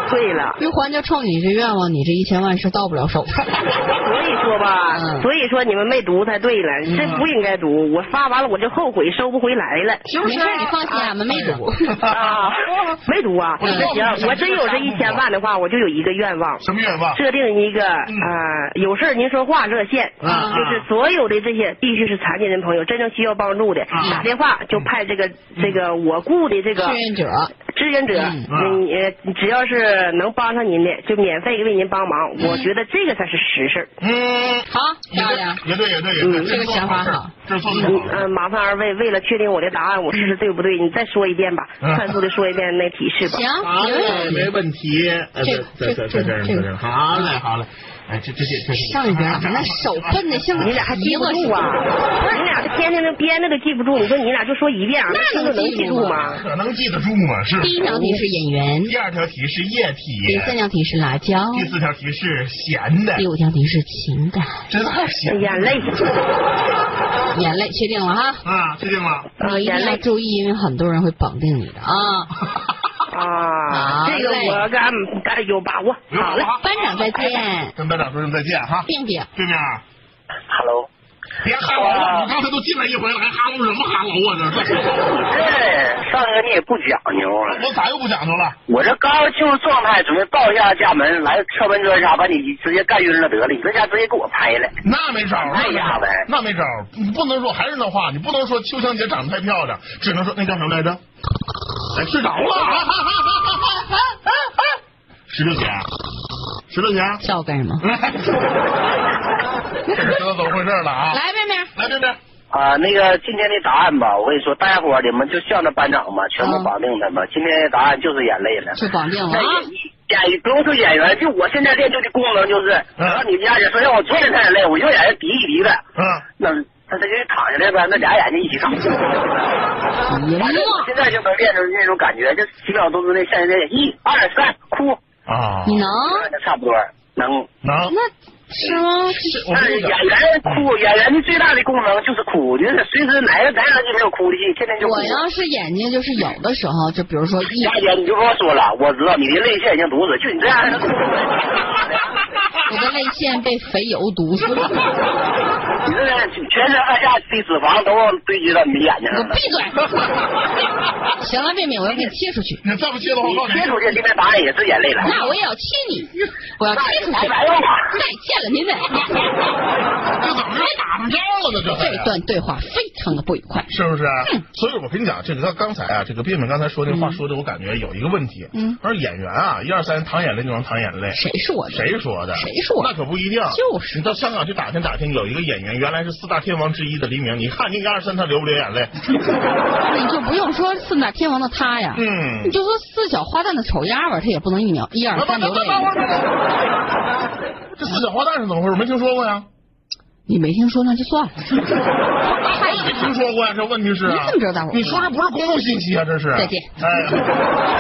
Speaker 11: 对了，
Speaker 4: 玉环就冲你这愿望，你这一千万是到不了手。
Speaker 11: 所以说吧，
Speaker 4: 嗯
Speaker 11: 所以说你们没读才对了，这
Speaker 4: 嗯
Speaker 11: 不应该读。我发完了我就后悔收不回来了。
Speaker 4: 没事，你放心，
Speaker 11: 哎
Speaker 4: 俺们没赌。
Speaker 11: 啊，没读啊。
Speaker 5: 我
Speaker 11: 那行，我真有这一千万的话，我就有一个愿望。
Speaker 5: 什么愿望？
Speaker 11: 设定一个
Speaker 5: 嗯
Speaker 11: 呃有事儿您说话热线，
Speaker 5: 啊
Speaker 11: 就是所有的这些必须是残疾人朋友真正需要帮助的，
Speaker 5: 啊
Speaker 11: 打电话就派这个、这个我雇的这个
Speaker 4: 志愿者，
Speaker 11: 志愿者，
Speaker 4: 嗯
Speaker 5: 嗯
Speaker 11: 你呃只要是能帮上您的，就免费为您帮忙。我觉得这个才是实事儿。
Speaker 5: 嗯，
Speaker 4: 好，漂亮。
Speaker 5: 也对，也对，也对，
Speaker 4: 嗯这个想法好，
Speaker 5: 这是做的
Speaker 11: 嗯
Speaker 5: 好
Speaker 11: 嗯，
Speaker 5: 事。
Speaker 11: 麻烦二位为了确定我的答案，我试试对不对？你再说一遍吧，
Speaker 5: 嗯
Speaker 11: 快速的说一遍那提示吧。
Speaker 4: 行，啊没
Speaker 5: 问
Speaker 4: 问题。
Speaker 5: 题。呃
Speaker 4: 这
Speaker 5: 在在在在这儿，
Speaker 4: 这
Speaker 5: 在
Speaker 4: 个
Speaker 5: 这儿，好嘞，好嘞。哎，这这这这
Speaker 4: 上一边儿，那手笨的像
Speaker 11: 你俩还记
Speaker 4: 一
Speaker 11: 不
Speaker 4: 个似
Speaker 11: 住
Speaker 4: 的。
Speaker 11: 啊？不是你俩这天天都编的都记不住，你说你俩就说一遍啊，
Speaker 4: 那
Speaker 11: 真的能
Speaker 4: 能
Speaker 11: 记
Speaker 4: 记
Speaker 11: 住
Speaker 4: 住
Speaker 11: 吗
Speaker 4: 吗？
Speaker 5: 可能记得住吗？是。
Speaker 4: 第一条题是演员，
Speaker 5: 第二条题是液
Speaker 4: 第
Speaker 5: 体，
Speaker 4: 三条题是辣椒，
Speaker 5: 第四条题是咸的
Speaker 4: 第，五条题是情感。
Speaker 5: 真的太咸了。
Speaker 11: 眼泪，
Speaker 4: 眼泪确定了哈，
Speaker 5: 啊，确定了。
Speaker 4: 我一定要注意，因为很多人会绑定你的啊。
Speaker 11: 啊，
Speaker 4: 好
Speaker 11: 这个
Speaker 4: 嘞
Speaker 11: 我敢敢有把握。好嘞，
Speaker 4: 班长再见，
Speaker 5: 啊
Speaker 4: 哎
Speaker 5: 跟班长说声再见哈，
Speaker 4: 病病。
Speaker 5: 对面。
Speaker 9: Hello，
Speaker 5: 别哈喽了，我刚才都进来一回了，还哈喽什么哈喽啊？ 这是，
Speaker 9: 这上个你也不讲究了。
Speaker 5: 我咋又不讲究了？
Speaker 9: 我这刚进入状态，准备抱一下家门，来敲门砖一下，把你直接干晕了得了。你这家直接给我拍了，
Speaker 5: 那没招儿，那
Speaker 9: 哎
Speaker 5: 没招
Speaker 9: 呀
Speaker 5: 儿
Speaker 9: 喂，
Speaker 5: 那没招儿，你不能说还是那话，你不能说秋香姐长得太漂亮，只能说那叫什么来着？哎，睡着了。石榴姐，石榴姐，
Speaker 4: 笑我干什么？
Speaker 11: 嗯
Speaker 5: 来，这知道怎么回事了啊？
Speaker 4: 来，妹妹，
Speaker 5: 来，这边，
Speaker 9: 啊，那个今天的答案吧，我跟你说，大家伙儿你们就向着班长吧，全部
Speaker 4: 嗯
Speaker 9: 绑定他吧。今天的答案就是眼泪了。
Speaker 4: 就绑定了
Speaker 9: 那
Speaker 4: 啊。
Speaker 9: 演演不用说演员，就我现在练就的功能就是，
Speaker 5: 嗯
Speaker 9: 然后你家人说让我坐着他眼泪，我用眼睛滴一滴的，
Speaker 5: 嗯，
Speaker 9: 那他他就躺下来呗，那俩眼睛一 起躺。
Speaker 4: 一
Speaker 9: 反正我
Speaker 4: 乐，
Speaker 9: 现在就能练成那种感觉，就几秒钟之内像人家一二三哭，
Speaker 4: 嗯
Speaker 5: 啊，
Speaker 4: 你能？
Speaker 9: 差不多能。
Speaker 5: 能，
Speaker 4: 那是吗？
Speaker 5: 我
Speaker 9: 但
Speaker 5: 跟
Speaker 9: 是
Speaker 5: 你
Speaker 9: 演
Speaker 5: 讲，
Speaker 9: 员
Speaker 5: 嗯
Speaker 9: 哭，演员的最大的功能就是哭，就是随时来个来两句没有哭的戏，天天就哭
Speaker 4: 我。要是眼睛，就是有的时候，就比如说一
Speaker 9: 佳姐，你就跟我说了，我知道你的泪腺已经堵死，就你这样的。
Speaker 4: 我的胃腺被肥油毒死了。
Speaker 9: 你这全身上下的脂肪都堆积到你眼睛上了。
Speaker 4: 闭嘴！行了，妹妹，我要给你切出去。
Speaker 5: 你再不切的话，
Speaker 9: 你切出去，今天打脸也是眼泪了。
Speaker 4: 那我也要切你，我要切出去。再
Speaker 9: 哎呀
Speaker 4: 见了您再见。
Speaker 5: 这怎么就打上仗了呢？这还
Speaker 4: 这段对话非常的不愉快。
Speaker 5: 是不是？啊所以我跟你讲，这个刚刚才啊，这个辩辩刚才说那话说的，我感觉有一个问题。
Speaker 4: 嗯
Speaker 5: 他说演员啊，一二三淌眼泪就能淌眼泪，
Speaker 4: 谁说的？
Speaker 5: 谁说的？
Speaker 4: 谁说的
Speaker 5: 那可不一定。
Speaker 4: 就是
Speaker 5: 你到香港去打听打听，有一个演员原来是四大天王之一的黎明，你看那一二三他流不流眼 泪？
Speaker 4: 你就不用说四大天王的他呀，
Speaker 5: 嗯
Speaker 4: 你就说四小花旦的丑丫鬟，他也不能一秒一二三流泪。
Speaker 5: 这四小花旦是怎么回事？没听说过呀？
Speaker 4: 你没听说那就算了。
Speaker 5: 我也没 听说过呀。这问题是啊，
Speaker 4: 你怎么知道大伙儿不
Speaker 5: 你
Speaker 4: 知道
Speaker 5: 说这不是公共信息啊？这是。
Speaker 4: 再见
Speaker 5: 哎，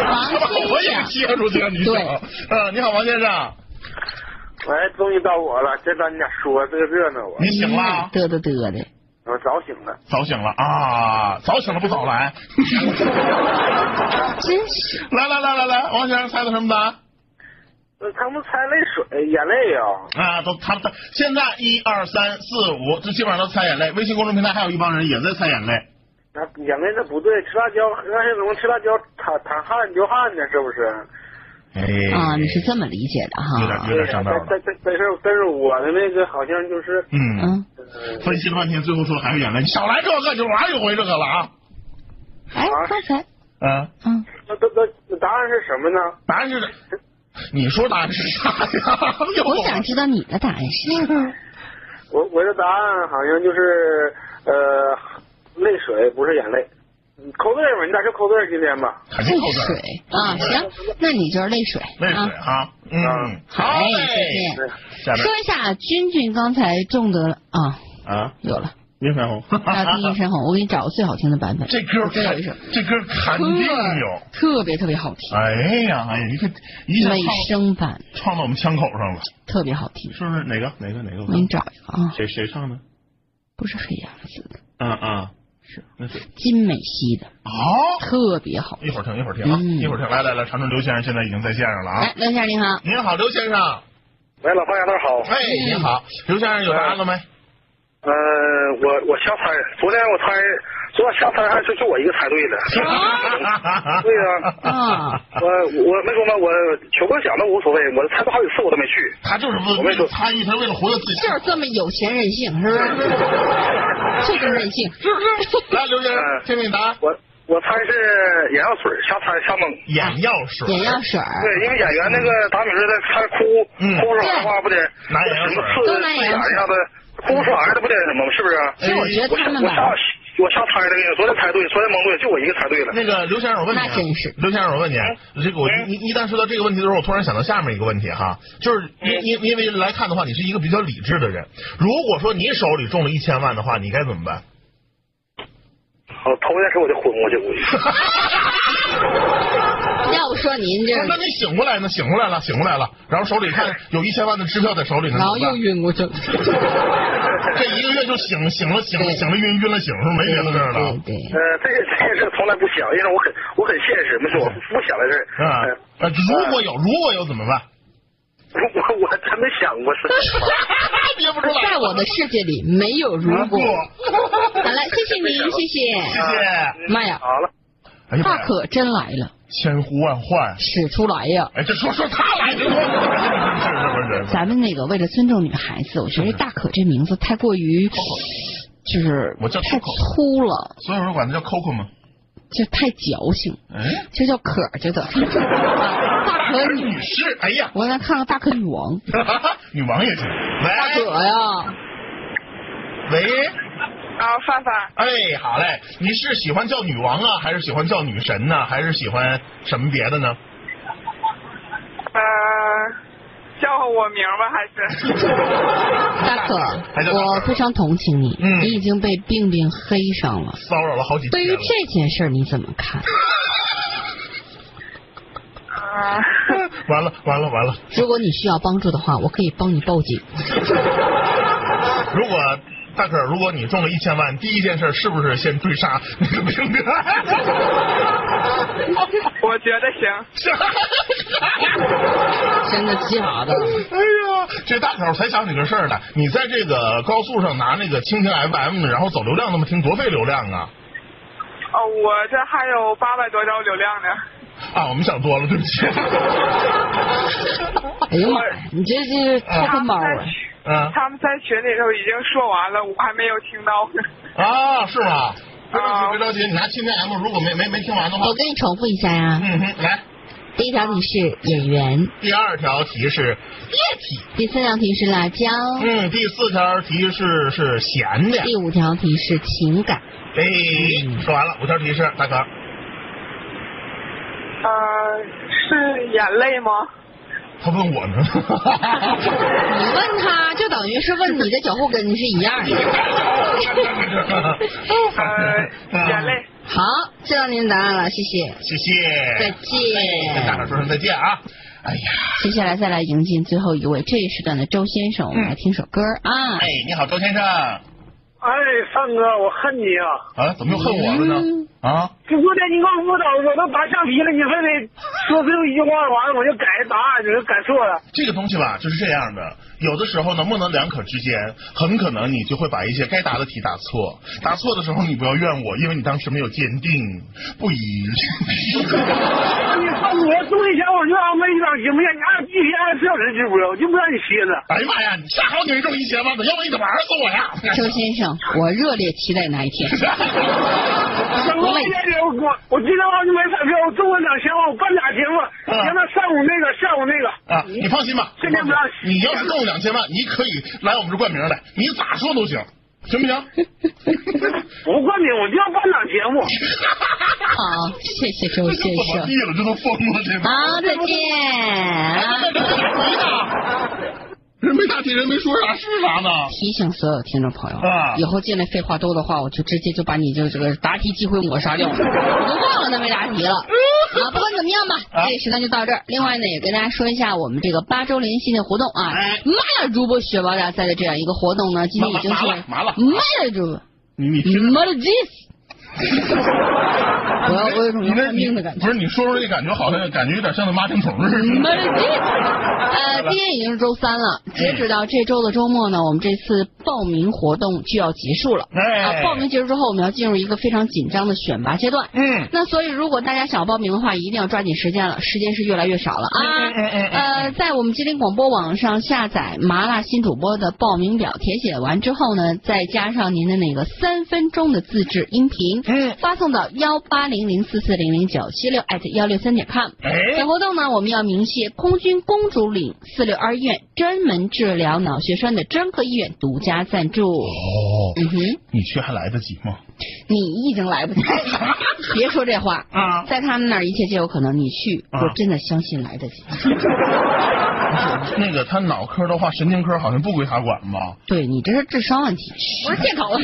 Speaker 4: 王先 生
Speaker 5: 我也切出去了，你想
Speaker 4: 对
Speaker 5: 啊，你好，王先生，
Speaker 6: 喂，终于到我了，这让你俩说这个热闹我，
Speaker 5: 你醒了？啊
Speaker 4: 嘚嘚嘚的，
Speaker 6: 我早醒了。
Speaker 5: 早醒了啊！早醒了不早来。
Speaker 4: 真是。
Speaker 5: 来来来来来，王先生猜的什么答案？
Speaker 6: 呃他们猜泪水、眼泪啊，
Speaker 5: 啊，都他们现在一二三四五，这基本上都猜眼泪。微信公众平台还有一帮人也在猜眼泪。
Speaker 6: 那眼泪那不对，吃辣椒让人容易吃辣椒淌淌汗流汗呢，是不是？
Speaker 5: 哎
Speaker 4: 啊，你是这么理解的
Speaker 5: 有点啊
Speaker 4: 哈？
Speaker 5: 有点嗯上道
Speaker 6: 但
Speaker 5: 了。
Speaker 6: 但但但是但是我的那个好像就是，
Speaker 5: 嗯，
Speaker 4: 嗯，
Speaker 6: 呃，
Speaker 5: 分析了半天，最后说还是眼泪。你少来这个，就玩一回这个了啊。
Speaker 4: 哎，刚才
Speaker 5: 嗯，
Speaker 4: 嗯，
Speaker 6: 那那那那答案是什么呢？
Speaker 5: 答案是，你说答案是啥呀？又
Speaker 4: 我想知道你的答案是什么。
Speaker 6: 我我的答案好像就是呃，泪水不是眼泪，嗯扣对儿吧，你俩是扣对儿今天吧？
Speaker 5: 肯定
Speaker 4: 泪
Speaker 5: 扣分儿
Speaker 4: 水啊，行，那你就是泪水
Speaker 5: 泪水
Speaker 4: 啊。
Speaker 5: 哈，嗯，
Speaker 4: 好
Speaker 5: 好
Speaker 4: 嘞
Speaker 5: 嘞，下边
Speaker 4: 说一下，君君刚才中得了啊，
Speaker 5: 啊，
Speaker 4: 有了，
Speaker 5: 林彩虹，
Speaker 4: 啊，第一身红，我给你找个最好听的版本，
Speaker 5: 这歌
Speaker 4: 最有一首，
Speaker 5: 这歌肯定有。
Speaker 4: 特别特别好听，
Speaker 5: 哎呀，哎呀，你看一下
Speaker 4: 美
Speaker 5: 唱
Speaker 4: 声版
Speaker 5: 唱到我们枪口上了，
Speaker 4: 特别好听，
Speaker 5: 是不是？哪个哪个哪个？
Speaker 4: 我给你找一个啊，
Speaker 5: 谁谁唱的？
Speaker 4: 不是黑鸭子的，
Speaker 5: 嗯嗯，
Speaker 4: 是
Speaker 5: 那谁？
Speaker 4: 金美熙的，
Speaker 5: 哦，
Speaker 4: 特别好。
Speaker 5: 一会儿听，一会儿听啊，
Speaker 4: 嗯
Speaker 5: 一会儿听。来来来，长春刘先生现在已经在线上了啊
Speaker 4: 哎。，刘先生您好，
Speaker 5: 您好，刘先生。
Speaker 6: 喂，老方丫头好。
Speaker 5: 哎，您好，刘先生有答案了没？
Speaker 6: 呃，我我瞎猜，昨天我猜，昨天瞎猜还就就我一个猜对 了。对呀、
Speaker 4: 啊，
Speaker 6: 我我没说嘛，我求个奖都无所谓，我猜过好几次我都没去。
Speaker 5: 他就是为了参与，他为了活跃自己。
Speaker 4: 就是这么有钱任性，是不是？就这么任 性，是不
Speaker 5: 来，刘先
Speaker 6: 哎
Speaker 5: 生，听听答案。
Speaker 6: 我我猜是眼药水，瞎猜瞎蒙。
Speaker 5: 眼药水，
Speaker 4: 眼药水儿
Speaker 6: 对，因为演员那个达米说他他哭
Speaker 5: 嗯
Speaker 6: 哭上的话不得
Speaker 5: 拿眼药水
Speaker 6: 刺
Speaker 4: 都
Speaker 6: 刺
Speaker 4: 拿眼
Speaker 6: 眼
Speaker 4: 药水
Speaker 6: 一下子，哭出来的不得什么吗？是不是？啊
Speaker 4: 其
Speaker 5: 哎
Speaker 4: 实我觉得
Speaker 6: 我
Speaker 4: 他
Speaker 6: 瞎
Speaker 4: 们
Speaker 6: 我瞎
Speaker 4: 吧，
Speaker 6: 我瞎猜的，昨天猜对，昨天蒙对，就我一个猜对了。
Speaker 5: 那个刘先生，我问你啊，
Speaker 4: 那真是哎
Speaker 5: 刘先生，我问你啊，这个我你你一旦说到这个问题的时候，我突然想到下面一个问题哈，就是
Speaker 4: 哎
Speaker 5: 因因因为来看的话，你是一个比较理智的人，如果说你手里中了一千万的话，你该怎么办？
Speaker 6: 我头一件事我就昏过 去，我就。
Speaker 4: 要不说您这
Speaker 5: 不，是那你醒过来呢？醒过来了，醒过来了，然后手里 看有一千万的支票在手里呢，
Speaker 4: 然后
Speaker 5: 怎么
Speaker 4: 又
Speaker 5: 办
Speaker 4: 晕过去了。
Speaker 5: 这一个月就醒醒了醒了
Speaker 4: 对
Speaker 5: 醒了晕晕了醒，是不是没别的事儿了
Speaker 4: 对。对，
Speaker 6: 呃，这个这件事从来不想，因为我很我很现实，没事，我不想的事儿。
Speaker 5: 啊呃
Speaker 6: 呃，
Speaker 5: 如果有如果有怎么办？
Speaker 6: 我我真没想过 是。
Speaker 5: 憋不出来了，
Speaker 4: 在我的世界里没有如
Speaker 5: 如
Speaker 4: 果
Speaker 5: 果。
Speaker 4: 好了，谢谢您，谢
Speaker 5: 谢
Speaker 4: 谢。
Speaker 5: 谢。
Speaker 4: 妈呀，
Speaker 6: 好了，
Speaker 5: 哎呀妈
Speaker 4: 大
Speaker 5: 呀，
Speaker 4: 可真来了，
Speaker 5: 千呼万唤。
Speaker 4: 使出来呀！
Speaker 5: 哎，这说说他来 的，是不是？
Speaker 4: 咱们那个为了尊重女孩子，我觉得大可这名字太过于，就是
Speaker 5: 哦我叫
Speaker 4: 太
Speaker 5: Coco
Speaker 4: 粗了，
Speaker 5: 所以我说管他叫 Coco 嘛。
Speaker 4: 就太矫情，
Speaker 5: 哎，
Speaker 4: 就叫可儿就得了。大可女，
Speaker 5: 女士，哎呀，
Speaker 4: 我来看看大可女王，
Speaker 5: 女王也行。
Speaker 4: 大
Speaker 5: 喂
Speaker 4: 可呀，
Speaker 5: 喂，
Speaker 7: 啊，范范，
Speaker 5: 哎，好嘞，你是喜欢叫女王啊，还是喜欢叫女神呢、还是喜欢什么别的呢？
Speaker 7: 呃，叫唤我名儿吧，还是？
Speaker 4: 大可
Speaker 5: 还叫大，可
Speaker 4: 我非常同情你，
Speaker 5: 嗯
Speaker 4: 你已经被病病黑上了。
Speaker 5: 骚扰了好几
Speaker 4: 对
Speaker 5: 天
Speaker 4: 于
Speaker 5: 了。
Speaker 4: 这件事儿你怎么看？
Speaker 7: 啊，
Speaker 5: 完了完了完了！
Speaker 4: 如果你需要帮助的话，我可以帮你报警。
Speaker 5: 如果大可，如果你中了一千万，第一件事是不是先追杀 那个病人？
Speaker 7: 我觉得行。
Speaker 5: 行
Speaker 4: 真的急啥的。
Speaker 5: 哎呀，这大头才想起个事儿来，你在这个高速上拿那个蜻蜓 FM，然后走流量那么听，多费流量啊！
Speaker 12: 哦，我这还有八百多兆流量呢。
Speaker 5: 啊，我们想多了，对不起。
Speaker 4: 哎呀妈呀，你这是太他猫啊了！
Speaker 5: 嗯
Speaker 12: 他们在群里头已经说完了，我还没有听到呢。
Speaker 5: 啊，是吗？别着急，别着急，你拿蜻蜓 M，如果没没没听完的话，
Speaker 4: 我给你重复一下呀、
Speaker 5: 嗯哼，来。
Speaker 4: 第一条题是演员，
Speaker 5: 第二条题是液体，
Speaker 4: 第三条题是辣椒，
Speaker 5: 嗯，第四条题是是咸的，
Speaker 4: 第五条题是情感。
Speaker 5: 哎，说完了，五条提示，大哥，
Speaker 12: 呃，是眼泪吗？
Speaker 5: 他问我呢，
Speaker 4: 你问他就等于是问你的脚后跟是一样 的。
Speaker 12: 呃，眼泪。
Speaker 4: 好，知道您的答案了，谢谢。
Speaker 5: 谢谢，
Speaker 4: 再见
Speaker 5: 跟大伙说声再见啊！哎呀，
Speaker 4: 接下来再来迎进最后一位这一时段的周先生，我们来听首歌啊。
Speaker 5: 哎，你好，周先生，啊，
Speaker 13: 哎，范哥，我恨你啊！
Speaker 5: 怎么又恨我了呢？
Speaker 4: 嗯
Speaker 5: 啊，
Speaker 13: 你昨天你给我误导，我都答下题了，你非得说最后一句话，完了我就改答案，你就改错了。
Speaker 5: 这个东西吧，就是这样的，有的时候呢，模棱两可之间，很可能你就会把一些该答的题答错。答错的时候，你不要怨我，因为你当时没有坚定不移。
Speaker 13: 你范哥，对一下我就安慰一场行不行？你按继续按四小时直播，我就不让你歇了。
Speaker 5: 哎呀妈呀，你恰好你是中一千万的，要不你怎么玩死我呀？
Speaker 4: 周先生，我热烈期待那一天。
Speaker 13: 整个今天我我我今天晚上就买彩票，我中了两千万，我办俩节目，原来上午那个，下午那个。
Speaker 5: 啊，你放心吧，
Speaker 13: 这天不让。
Speaker 5: 你要是中两千万，你可以来我们这冠名来，你咋说都行，行不行？
Speaker 13: 我冠名，我就要办档节目。
Speaker 4: 好，谢谢周先
Speaker 5: 怎么
Speaker 4: 生。
Speaker 5: 地了？这都疯了，这都。
Speaker 4: 好，再 见。
Speaker 5: 人没答题，人没说啥，是啥呢？
Speaker 4: 提醒所有听众朋友，
Speaker 5: 啊
Speaker 4: 以后进来废话多的话，我就直接就把你就这个答题机会抹杀掉了，我都忘了那没答 题了。啊，不管怎么样吧，
Speaker 7: 啊
Speaker 4: 这个时段就到这儿。另外呢，也跟大家说一下我们这个八周年系列活动啊，
Speaker 5: 哎
Speaker 4: 妈呀，主播雪宝大赛的这样一个活动呢，今天已经是
Speaker 5: 麻了麻了
Speaker 4: 妈呀，主播，
Speaker 5: 你你
Speaker 4: 妈了 this。我要我有种要犯病的感觉。
Speaker 5: 不是你说出来这感觉好像感觉有点像那妈听虫似的。
Speaker 4: 妈了 this！呃，今天已经是周三了，
Speaker 5: 嗯
Speaker 4: 截止到这周的周末呢，我们这次报名活动就要结束了。
Speaker 5: 哎
Speaker 4: 啊，报名结束之后，我们要进入一个非常紧张的选拔阶段。
Speaker 5: 嗯，
Speaker 4: 那所以如果大家想要报名的话，一定要抓紧时间了，时间是越来越少了
Speaker 5: 哎
Speaker 4: 啊。
Speaker 7: 嗯嗯嗯
Speaker 4: 呃，在我们吉林广播网上下载麻辣新主播的报名表，填写完之后呢，再加上您的那个三分钟的自制音频，
Speaker 5: 嗯，
Speaker 4: 发送到幺八零零四四零零九七六艾特幺六三点 com。
Speaker 5: 哎
Speaker 4: 本活动呢，我们要鸣谢空军公主岭四六二医院专门治疗脑血栓的专科医院独家赞助。
Speaker 5: 哦，
Speaker 4: 嗯哼，
Speaker 5: 你去还来得及吗？
Speaker 4: 你已经来不及了， 别说这话
Speaker 5: 啊！
Speaker 4: 在他们那儿一切皆有可能，你去，
Speaker 5: 啊
Speaker 4: 我真的相信来得及。
Speaker 5: 那个他脑科的话，神经科好像不归他管吧？
Speaker 4: 对你这是智商问题，不是借口。